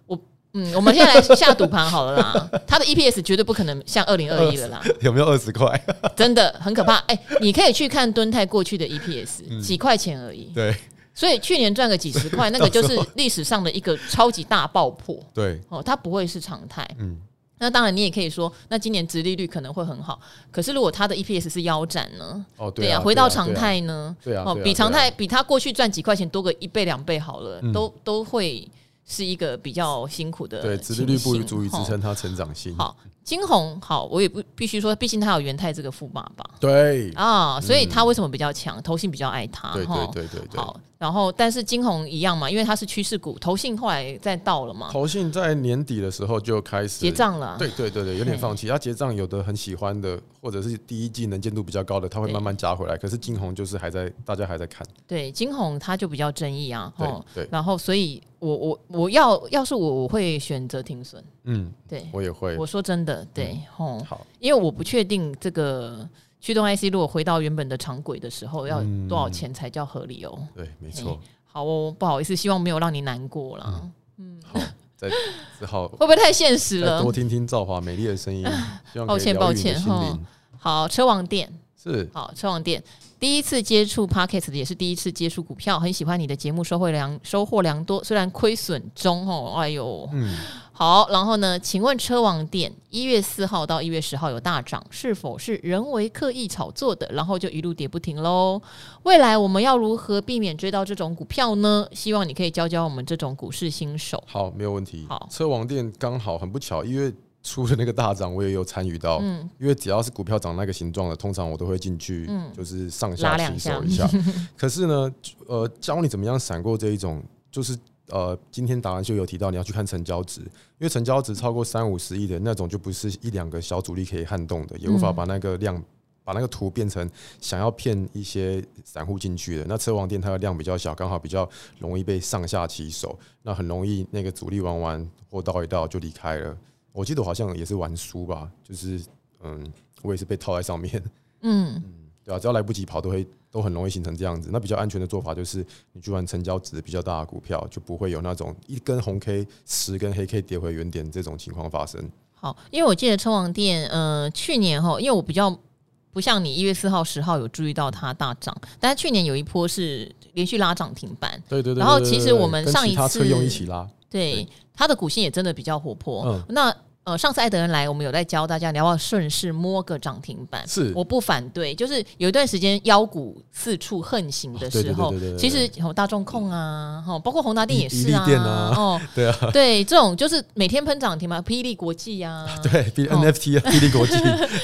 A: 我。嗯，我们现在来下赌盘好了啦， 它的 EPS 绝对不可能像二零二一 了啦，
B: 有没有二十块？
A: 真的很可怕。哎、你可以去看敦泰过去的 EPS，几
B: 嗯
A: 块钱而已，
B: 对
A: 所以去年赚个几十 块，那个就是历史上的一个超级大爆破
B: 对，
A: 哦，它不会是常态。
B: 嗯，
A: 那当然，你也可以说，那今年殖利率可能会很好，可是如果它的 EPS 是腰斩呢？
B: 哦
A: 对
B: 啊，
A: 回到
B: 对啊
A: 常，态呢？
B: 对啊，
A: 哦，
B: 对啊
A: 比常。
B: 对啊
A: 态比他过去赚几块钱多个一倍两倍好了，
B: 嗯
A: 都都会是一个比较辛苦的
B: 对，殖利率不足以
A: 情
B: 支
A: 形。
B: 撑它成长性。
A: 哦好，金红好，我也不必须说，毕竟他有元泰这个富爸爸
B: 对，
A: 啊，所以他为什么比较强？投信比较爱他，
B: 嗯对
A: 哈
B: 对对对对。
A: 好，然后但是金红一样嘛，因为它是趋势股，投信后来再到了嘛，
B: 投信在年底的时候就开始
A: 结，账啊了，
B: 对对对对，有点放弃。他结账有的很喜欢的，或者是第一季能见度比较高的，他会
A: 对
B: 慢慢加回来。可是金红就是还在，大家还在看。
A: 对金红它就比较争议啊，
B: 对
A: 哦，
B: 对，
A: 然后所以我我我要要是我我会选择停损，
B: 嗯，
A: 对，
B: 我也会。嗯
A: 我说真的，对，吼、
B: 好，
A: 因为我不确定这个驱动 IC 如果回到原本的常轨的时候，要
B: 嗯
A: 多少钱才叫合理哦？
B: 对，没错。
A: 好哦，不好意思，希望没有让你难过啦。
B: 嗯好，再 只好
A: 会不会太现实
B: 再
A: 了
B: 多？听听赵华美丽 的声音，希望可
A: 抱歉
B: 以疗愈你的
A: 抱歉
B: 心灵。
A: 好，车王店，
B: 是，
A: 好，车王店。第一次接触 Pockets 也是第一次接触股票，很喜欢你的节目，收获良收获良多，虽然亏损中哦，哎呦，
B: 嗯，
A: 好，然后呢？请问车王店一月四号到一月十号有大涨，是否是人为刻意炒作的？然后就一路跌不停喽。未来我们要如何避免追到这种股票呢？希望你可以教教我们这种股市新手。
B: 好，没有问题。
A: 好
B: 车王店刚好很不巧，因为出的那个大涨，我也有参与到。
A: 嗯，
B: 因为只要是股票长那个形状的，通常我都会进去，就是上
A: 嗯
B: 下
A: 拉两
B: 洗手
A: 下
B: 一下。 可是呢，呃，教你怎么样闪过这一种，就是呃，今天答案秀有提到你要去看成交值，因为成交值超过三五十亿的那种，就不是一两个小主力可以撼动的，也无法
A: 嗯
B: 把那个量。把那个图变成想要骗一些散户进去的，那车王店它的量比较小，刚好比较容易被上下其手，那很容易那个主力玩完或倒一倒就离开了。我记得我好像也是玩输吧，就是嗯，我也是被套在上面，
A: 嗯，
B: 对啊，只要来不及跑，都会都很容易形成这样子。那比较安全的做法就是，你去玩成交值比较大的股票，就不会有那种一根红 K 十根黑 K 跌回原点这种情况发生。
A: 好，因为我记得车王店，呃，去年哈，因为我比较不像你一月四号、十号有注意到它大涨，但是去年有一波是连续拉涨停板，
B: 对对对
A: 然后其实我们
B: 对对对
A: 上一
B: 跟其他
A: 次
B: 车用一起拉，
A: 对，它的股性也真的比较活泼。
B: 嗯
A: 那呃，上次艾德恩来，我们有在教大家，你要不要顺势摸个涨停板？
B: 是
A: 我不反对。就是有一段时间腰股四处横行的时候，
B: 哦对对对对对
A: 其实有大众控啊，哈，包括宏达电也是
B: 一一利电啊
A: 哦，
B: 对啊，
A: 对，这种就是每天喷涨停嘛，霹雳国际呀、啊，
B: 对比
A: 哦
B: NFT 啊，比 利国际，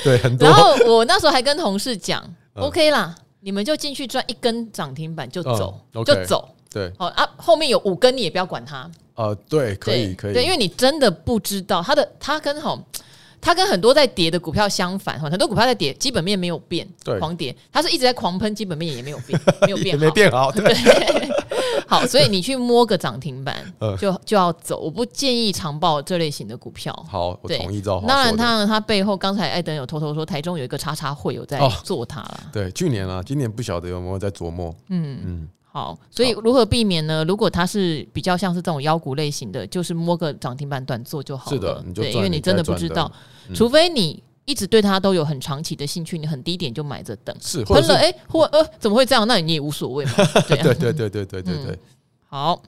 B: 对很多
A: 然后我那时候还跟同事讲、
B: 嗯
A: o k 啦，你们就进去赚一根涨停板就走，
B: 嗯，OK
A: 就走。
B: 对，
A: 好啊，后面有五根你也不要管它，
B: 呃，对，可以
A: 对
B: 可以，
A: 对，因为你真的不知道它的，它跟好，它跟很多在跌的股票相反哈，很多股票在跌，基本面没有变，
B: 对
A: 狂跌，它是一直在狂喷，基本面也没有 变，没有
B: 也
A: 变
B: 没
A: 好，
B: 变好，对，
A: 好，所以你去摸个涨停板
B: 嗯
A: 就就要走，我不建议长报这类型的股票。
B: 哦好，我
A: 对
B: 同意赵华
A: 当然，
B: 说的
A: 当然，他背后刚才艾登有偷偷说，台中有一个叉叉会有在
B: 哦
A: 做它啦。
B: 对去年啊，今年不晓得有没有在琢磨，
A: 嗯，
B: 嗯，
A: 好，所以如何避免呢？如果它是比较像是这种妖股类型的，就是摸个涨停板短做就好了。
B: 是的你就
A: 对，
B: 赚
A: 因为
B: 你
A: 真的
B: 该
A: 不
B: 赚
A: 知
B: 的
A: 道，
B: 嗯
A: 除非你一直对它都有很长期的兴趣，你很低点就买着等，
B: 是，或
A: 喷
B: 者
A: 了
B: 是，
A: 哎，或呃怎么会这样？那你也无所谓嘛。对啊
B: 对对对对对对对，
A: 好。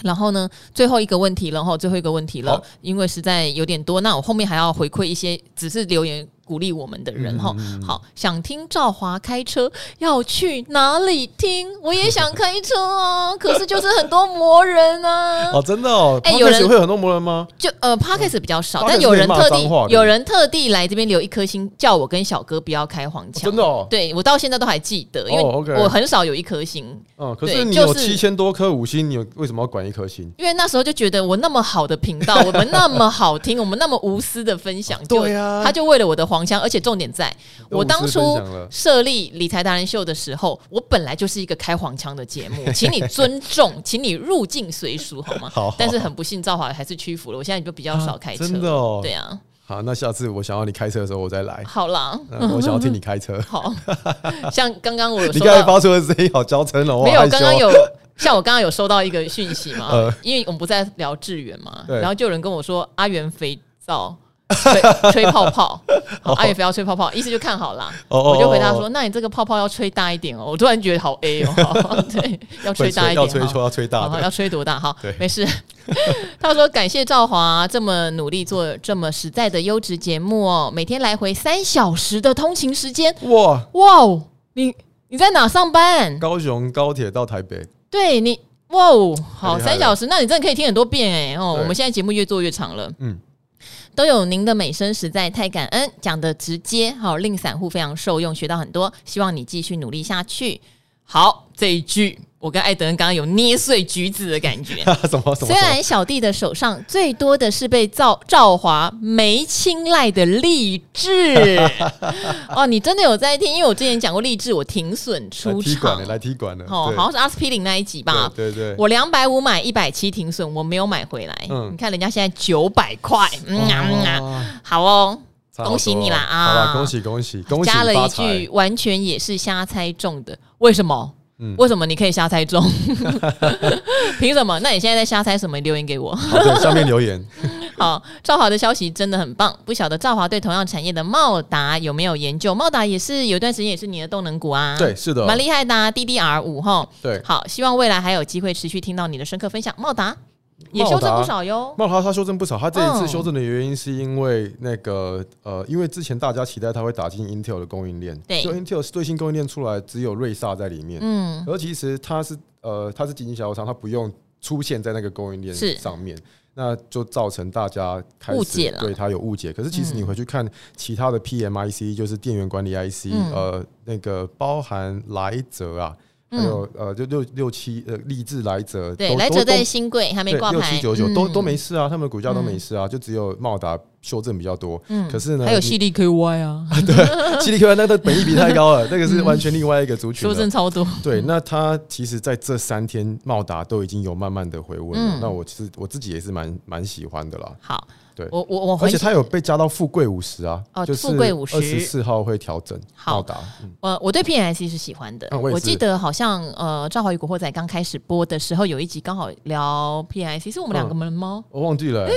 A: 然后呢，最后一个问题了哈，最后一个问题了
B: 好，
A: 因为实在有点多，那我后面还要回馈一些只是留言鼓励我们的人
B: 嗯
A: 哈。好，想听赵华开车要去哪里听？我也想开车啊，可是就是很多魔人啊。
B: 哦，真的哦，
A: 哎
B: Podcast
A: 有人
B: 会有很多魔人吗？
A: 就呃 p o d c a s 比较少，
B: Podcast
A: 但有人特
B: 嗯可以骂
A: 地
B: 脏话的
A: 有人特地来这边留一颗星，叫我跟小哥不要开黄腔。
B: 真的哦
A: 对我到现在都还记得，因
B: 哦，OK
A: 为我很少有一颗星。
B: 嗯，可
A: 对
B: 是你
A: 就
B: 有
A: 是
B: 七千多颗五星，你有为什么要管一颗星？
A: 因为那时候就觉得我那么好的频 道，我们那么好听，我们那么无私的分享，就
B: 对啊
A: 他就为了我的黄腔，而且重点在
B: 都
A: 我当初
B: 无私分享了
A: 设立理财达人秀的时候，我本来就是一个开黄腔的节 目，请你尊重，请你入境随俗，好吗？
B: 好好
A: 但是很不幸，赵华还是屈服了，我现在就比较少开车，
B: 啊真的哦
A: 对啊，
B: 好，那下次我想要你开车的时候我再 来，
A: 好啦，，
B: 嗯我想要听你开车
A: 好， 像刚刚我有
B: 你
A: 收
B: 刚才
A: 到。
B: 发出的声音好娇嗔哦，我
A: 没
B: 好害
A: 有，
B: 羞
A: 刚刚有 像我刚刚有收到一个讯息嘛，
B: 呃
A: 因为我们不在聊志远嘛，
B: 对
A: 然后就有人跟我说阿元肥 皂吹吹泡泡，好阿元肥皂吹泡泡，意思就看好啦。
B: 哦哦
A: 我就回答
B: 哦
A: 说，那你这个泡泡要吹大一点哦。我突然觉得好 A 哦，好对，要吹
B: 会
A: 大一
B: 要
A: 点，
B: 吹
A: 好
B: 球要吹大
A: 好
B: 的，
A: 要吹多大？好
B: 对，
A: 没事。 他说：“感谢赵华这么努力做这么实在的优质节目哦，每天来回三小时的通勤时间，
B: 哇，
A: 哇哦！你你在哪上班？
B: 高雄高铁到台北，
A: 对你，哇哦，好，
B: 太厉害
A: 三
B: 了
A: 小时，那你真的可以听很多遍哎哦。
B: 对
A: 我们现在节目越做越长了，
B: 嗯，
A: 都有您的美声，实在太感恩，讲的直接，好，令散户非常受用，学到很多，希望你继续努力下去。好，这一句我跟艾德恩刚刚有捏碎橘子的感 觉。
B: 什么什么
A: 虽
B: 什么，
A: 然小弟的手上最多的是被赵赵华没青睐的励 志，哦，你真的有在听？因为我之前讲过励志，我停损
B: 来
A: 出
B: 踢馆
A: 场
B: 了，，来踢馆了，
A: 哦，
B: 对
A: 好像是阿司匹林那一集吧。
B: 对对对，
A: 我两百五买一百七停损，我没有买回来。
B: 嗯哦
A: 你看人家现在九百块，嗯啊嗯啊，
B: 哇
A: 好哦，
B: 差好多
A: 恭喜你啦啊
B: 好啦，恭喜恭喜恭喜！
A: 加了
B: 发
A: 一
B: 财
A: 句，完全也是瞎猜中的，为什么？
B: 嗯
A: 为什么你可以瞎猜中？ 凭什么？那你现在在瞎猜什么？留言给我。
B: 好对，下面留言
A: 好，赵华的消息真的很棒。不晓得赵华对同样产业的茂达有没有研究？茂达也是有一段时间也是你的动能股 啊，
B: 对，，是的，
A: 蛮厉害的、啊、，DDR 五哈。
B: 对。
A: 好，希望未来还有机会持续听到你的深刻分享。茂达也
B: 茂
A: 修正
B: 达
A: 不少哟。
B: 茂华他修正不少，他这一
A: 哦嗯
B: 次修正的原因是因为那个呃，因为之前大家期待他会打进 Intel 的供应链，
A: 对
B: 就 Intel 最新供应链出来只有瑞萨在里面，
A: 嗯，
B: 而其实它是呃，它是经济销售商，它不用出现在那个供应链
A: 是
B: 上面，那就造成大家开始
A: 误解了嗯
B: 对它有误解。可是其实你回去看其他的 PMIC，、就是电源管理 IC，、
A: 嗯
B: 呃，那个包含莱泽啊，还
A: 嗯
B: 有、呃，就六六七呃，立志莱泽，
A: 对，
B: 都
A: 来
B: 都
A: 者在
B: 都
A: 新贵还没
B: 对
A: 挂
B: 六
A: 牌，
B: 七九九都
A: 嗯
B: 都没事啊，他们的股价都
A: 嗯
B: 没事啊，就只有茂达修正比较多。
A: 嗯
B: 可是呢，
A: 还有
B: 你
A: 犀利 KY 啊，
B: 犀利科那个本益比太高了，那个是完全另外一个族群
A: 嗯修
B: 了。
A: 正超 多。
B: 对，那它其实在这三天，茂达都已经有慢慢的回温了。
A: 嗯
B: 那我其实我自己也是蛮蛮喜欢的啦，
A: 好，
B: 对
A: 我我我
B: 而
A: 回
B: 且
A: 去，
B: 它有被加到富贵五十啊，
A: 哦
B: 就是
A: 富贵50
B: 二十四号会调整
A: 好
B: 茂达，嗯
A: 呃，我对 PNC 是喜欢的。
B: 啊我也是
A: 记得好像呃，《赵华与古惑仔》刚开始播的时候，有一集刚好聊 PNC，是我们
B: 嗯
A: 两个人吗？
B: 我忘记了、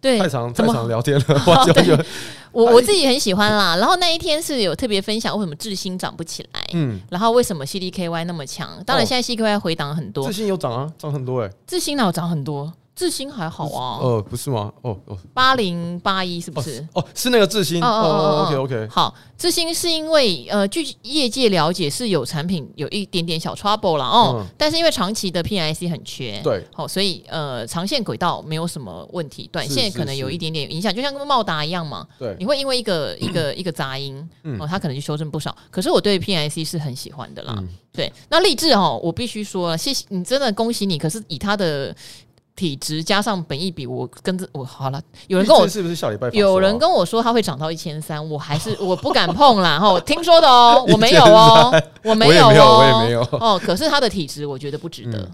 A: 对，
B: 太长
A: 怎
B: 太
A: 么
B: 长聊天了，我就有
A: 我我自己很喜欢啦。然后那一天是有特别分享为什么智新涨不起来，
B: 嗯，
A: 然后为什么 CDKY 那么强。当然，
B: 哦
A: 现在 CDKY 回档很多
B: 自，信有涨啊，涨很多哎、
A: 智新哪有涨很多？智新还好啊，
B: 呃，不是吗？哦哦
A: 八零八一是不
B: 哦
A: 是？
B: 哦，是那个智新。
A: 哦
B: 哦
A: 哦哦哦
B: 哦，OK OK，
A: 好，智新是因为呃，据业界了解是有产品有一点点小 trouble 了哦，
B: 嗯
A: 但是因为长期的 PIC 很缺，
B: 对，
A: 好、所以呃，长线轨道没有什么问题，短
B: 是
A: 线
B: 是
A: 可能有
B: 是
A: 一点点影响，就像跟茂达一样嘛，
B: 对
A: 你会因为一个一个一个杂音，
B: 嗯
A: 哦，它可能就修正不少。可是我对 PIC 是很喜欢的啦，
B: 嗯
A: 对。那励志哦，我必须说，谢谢你，真的恭喜你。可是以他的体质加上本益比，我跟着我好了，有人跟我
B: 这。是不是下礼拜发售啊？
A: 有人跟我说它会涨到一千三，我还是 我不敢碰啦。哈，听说的 哦，我没有哦，我没
B: 我也
A: 有
B: 没有我也
A: 哦，
B: 没有
A: 哦。可是他的体质，我觉得不值得。哦，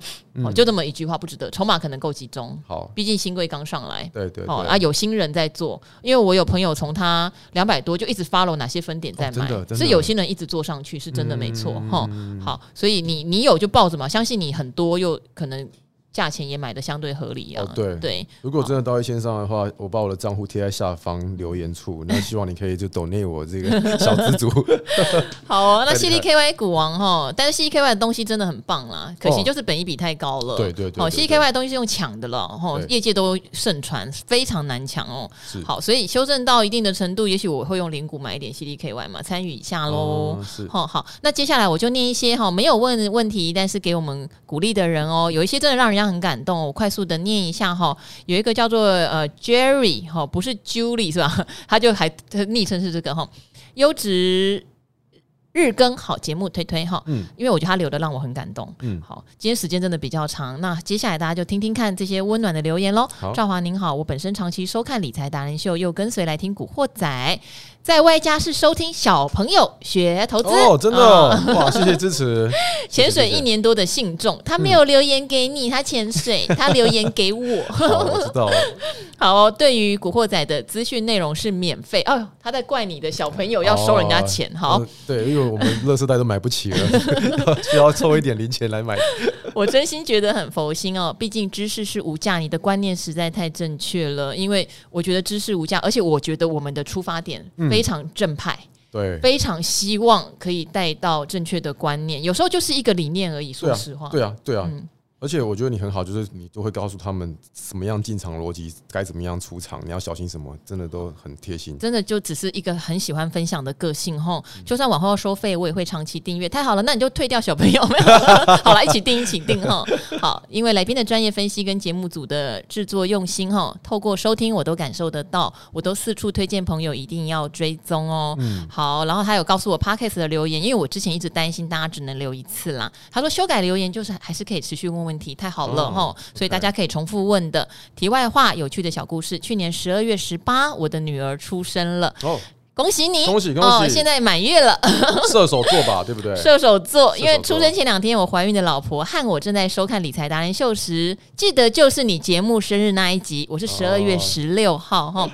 B: 嗯
A: 就这么一句话，不值得。筹码可能够集中，
B: 好，
A: 毕竟新贵刚上来。
B: 对对
A: 哦
B: 对
A: 啊，有新人在做，因为我有朋友从他两百多就一直 follow 哪些分点在
B: 哦
A: 买，
B: 真的真的
A: 是有新人一直做上去，是真的没错哈、
B: 嗯
A: 好，所以你你有就抱着嘛，相信你很多又可能价钱也买的相对合理啊，
B: 哦对
A: 对，
B: 如果真的到一千上的话，我把我的账户贴在下方留言处，那希望你可以就抖内我这个小 资族。
A: 好哦，那
B: 太
A: C
B: 厉
A: D
B: 害
A: K Y 股王哈，但是 C D K Y 的东西真的很棒啦，可惜
B: 哦
A: 就是本益比太高了。
B: 对对对
A: 好
B: 对
A: ，C D
B: 对
A: K Y 的东西是用抢的了，哈，
B: 对
A: 业界都盛传，非常难抢哦。
B: 是
A: 好，所以修正到一定的程度，也许我会用零股买一点 C D K Y 嘛，参与一下喽
B: 嗯。是
A: 哦好、好，那接下来我就念一些哈没有问问题，但是给我们鼓励的人哦，有一些真的让人家很感动哦。我快速的念一下哈、有一个叫做呃 Jerry 哈、不是 Julie 是吧？ 他就还他昵称是这个哈、优质日更好节目推推哈、
B: 嗯
A: 因为我觉得他留的让我很感动。
B: 嗯，
A: 好，今天时间真的比较长，那接下来大家就听听看这些温暖的留言喽
B: 好。
A: 赵华您好，我本身长期收看理财达人秀，又跟随来听古惑仔，在外加是收听小朋友学投资
B: 哦，真的
A: 啊
B: 哦哇，谢谢 支持。
A: 潜水
B: 谢谢
A: 一年多的信众，他没有留言给你，他潜水，他留言给我。
B: 嗯好，我知道了。
A: 好哦、对于古惑仔的资讯内容是免费。哎呦，他在怪你的小朋友要收人家钱。
B: 哦
A: 好，
B: 嗯对，因为我们乐色袋都买不起了， 需要凑一点零钱来买。
A: 我真心觉得很佛心哦，毕竟知识是无价，你的观念实在太正确了。因为我觉得知识无价，而且我觉得我们的出发点非常正派，
B: 嗯对，
A: 非常希望可以带到正确的观念。有时候就是一个理念而已，
B: 对
A: 说
B: 啊
A: 实话，，
B: 对啊，对啊
A: 嗯。
B: 而且我觉得你很好，就是你就会告诉他们什么样进场逻辑，该怎么样出场，你要小心什么，真的都很贴心。
A: 真的就只是一个很喜欢分享的个性吼，
B: 嗯
A: 就算往后要收费，我也会长期订阅。太好了，那你就退掉小朋友，没有了 好了，一起订，一起订哈。好，因为来宾的专业分析跟节目组的制作用心哈，透过收听我都感受得到，我都四处推荐朋友一定要追踪哦。
B: 嗯
A: 好，然后还有告诉我 podcast 的留言，因为我之前一直担心大家只能留一次啦。他说修改留言就是还是可以持续问问题，太好了
B: 哦
A: 哈、吼所以大家可以重复问的。题外话，有趣的小故事：去年十二月十八，我的女儿出生了，
B: 哦，
A: 恭喜你！
B: 恭喜恭喜
A: 哦，现在满月了，
B: 射手座吧，对不对？
A: 射手座。因为
B: 射手
A: 出
B: 座
A: 生前两天，我怀孕的老婆和我正在收看《理财达人秀》时，记得就是你节目生日那一集，我是十二月
B: 哦
A: 十六号 哈、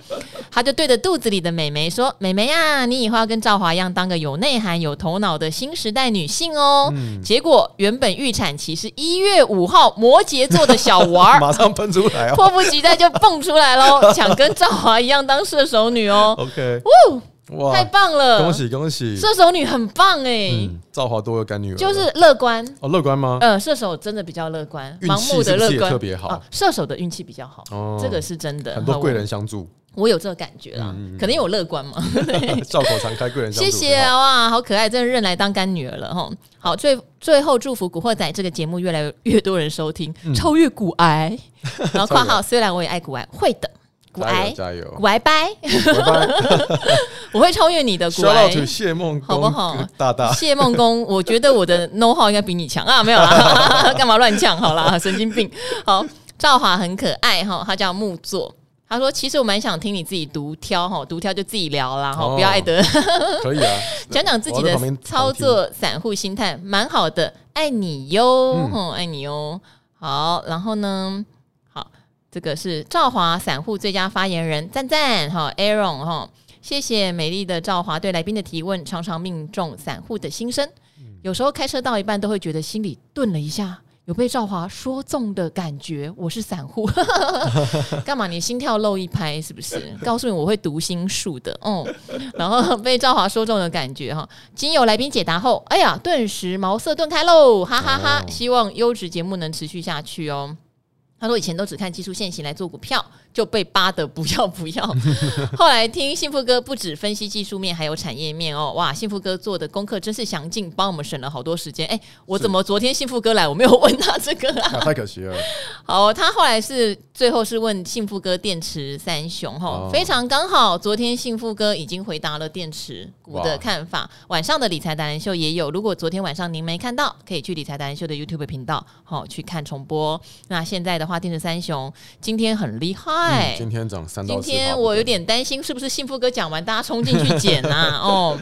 A: 她就对着肚子里的美眉说：“美眉呀，你以后要跟赵华一样，当个有内涵、有头脑的新时代女性哦。
B: 嗯
A: 结果原本预产期是一月五号，摩羯座的小 娃儿。
B: 马上喷出来哦。
A: 迫不及待就蹦出来 喽，想跟赵华一样当射手女哦，
B: OK，哇，
A: 太棒了！
B: 恭喜恭喜！
A: 射手女很棒哎、
B: 嗯，赵华多有干女儿了，
A: 就是乐观。
B: 哦，乐观吗？
A: 呃，射手真的比较乐观，
B: 运
A: 盲
B: 气
A: 目的
B: 是不
A: 乐
B: 是也
A: 观
B: 特别好
A: 啊射手的运气比较好，
B: 哦
A: 这个是真的。
B: 很多贵
A: 呃好
B: 人嗯相助，
A: 我，我有这个感觉啦，可能有乐观嘛。
B: 笑口常开，贵人相
A: 谢
B: 助。
A: 谢
B: 很好
A: 啊，哇，好可爱，真的认来当干女儿了哈。好，最最后祝福《古惑仔》这个节目越来越多人收听，
B: 嗯
A: 超越骨 癌。然后括号，虽然我也爱骨癌，会的，骨
B: 加油
A: 癌，
B: 加油
A: 骨！癌拜，
B: 拜拜。
A: 我会超越你的骨
B: Shout
A: 癌
B: out。to 谢梦
A: 好
B: 工
A: 不好
B: 大大，
A: 谢梦工，我觉得我的 know how 应该比你强啊，没有啦， 干嘛乱呛？好啦，神经病。好，赵华很可爱哈，他叫木座。他说：“其实我蛮想听你自己独挑哈，独挑就自己聊啦哈，
B: 哦
A: 不要爱得
B: 可以啊。
A: 讲讲自己
B: 我在
A: 的
B: 旁边
A: 操
B: 旁
A: 作散户心态，蛮好的，爱你哟，
B: 嗯
A: 哦，爱你哟。好，然后呢？好，这个是赵华散户最佳发言人，赞赞哈，Aaron 哈，谢谢美丽的赵华对来宾的提问，常常命中散户的心声。
B: 嗯
A: 有时候开车到一半都会觉得心里顿了一下，有被赵华说中的感觉。我是散 户， 干嘛？你心跳漏一拍是不是？告诉你我会读心术的，嗯。然后被赵华说中的感觉哈。经由来宾解答后，哎呀，顿时茅塞顿开喽，哈哈哈
B: 哦
A: 希望优质节目能持续下去哦。他说以前都只看技术线型来做股票，就被扒得不要不要。 后来听幸福哥不止分析技术面，还有产业面哦，哇，幸福哥做的功课真是详尽，帮我们省了好多时间。哎，我
B: 是
A: 怎么昨天幸福哥来，我没有问他这个啊？
C: 啊太可惜了。
A: 好，他后来是最后是问幸福哥电池三雄哈，
B: 哦
A: 非常刚好，昨天幸福哥已经回答了电池股的
B: 哇
A: 看法，晚上的理财达人秀也有，如果昨天晚上您没看到，可以去理财达人秀的 YouTube 频道好去看重播。那现在的话，电池三雄今天很厉害。
B: 嗯今天涨三到
A: 今
B: 四，
A: 天我有点担心，是不是幸福哥讲完大家冲进去捡 啊？哦，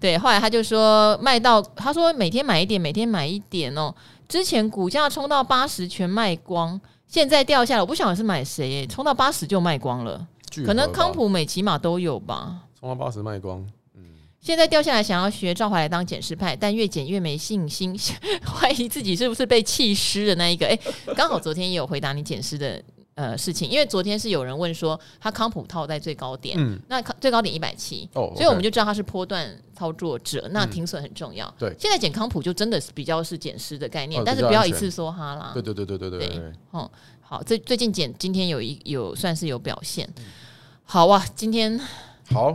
A: 对，后来他就说卖到，他说每天买一点，每天买一点哦。之前股价冲到八十全卖光，现在掉下来，我不晓得是买谁耶，冲到八十就卖光了，
B: 聚合吧
A: 可能康普美骑马都有吧。
B: 冲到八十卖光，嗯，
A: 现在掉下来，想要学赵华来当检视派，但越检越没信心， 怀疑自己是不是被弃尸的那一个。哎、刚好昨天也有回答你检视的呃事情，因为昨天是有人问说他康普套在最高点，
B: 嗯
A: 那康最高点一百七，
B: 哦
A: 所以我们
B: 就
A: 就知道他是波段操作者，那停损很重要。
B: 对
A: 现在减康普就真的是比较是减失的概念，
B: 呃
A: 但是
B: 比较
A: 不要
B: 安
A: 一
B: 全
A: 次梭哈啦。
B: 对对对对对对对，
A: 哦，好，最最近减今天有一有算是有表现，
B: 嗯
A: 好哇、今天
B: 好，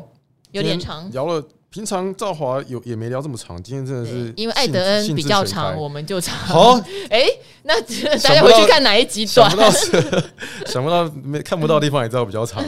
A: 有
B: 今
A: 点
B: 天
A: 长。
B: 聊了。平常赵华有也没聊这么长，今天真的是
A: 对因为艾德恩
B: 兴
A: 比较。
B: 兴致全
A: 长，
B: 开
A: 我们就长。
B: 好，
A: 哎、那大
B: 想
A: 家
B: 不
A: 回
B: 到
A: 去看哪一集
B: 想
A: 短
B: 不？到是，想不到没看不到的地方也知道比较长。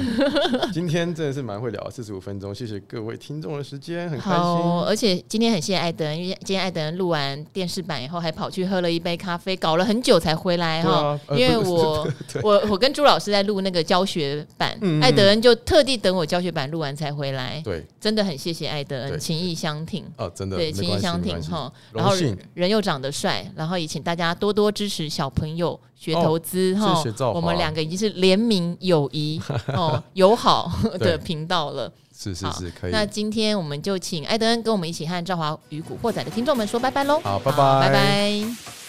B: 今天真的是蛮会聊，四十五分钟，谢谢各位听众的时间，很开
A: 好，
B: 心。
A: 而且今天很谢谢艾德恩，因为今天艾德恩录完电视版以后，还跑去喝了一杯咖啡，搞了很久才回来
B: 对
A: 哈
B: 啊。呃
A: 因为
B: 不是
A: 我我我跟朱老师在录那个教学版，艾德恩就特地等我教学版录完才回来，
B: 嗯对
A: 真的很谢谢艾德恩，
B: 对
A: 情谊相挺。
B: 啊，真的
A: 对，
B: 没
A: 情
B: 关
A: 谊
B: 系
A: 相
B: 没
A: 挺
B: 关系
A: 哈，然后
B: 荣幸，
A: 人又长得帅，然后也请大家多多支持小朋友学投资哈、
B: 哦谢谢赵华
A: 我们两个已经是联名友谊哦友 好的
B: 对
A: 频道了。
B: 是是
A: 好
B: 是，可以。
A: 那今天我们就请艾德恩跟我们一起和赵华与古惑仔的听众们说拜拜喽。
B: 好拜
A: 拜
B: 拜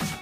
A: 拜。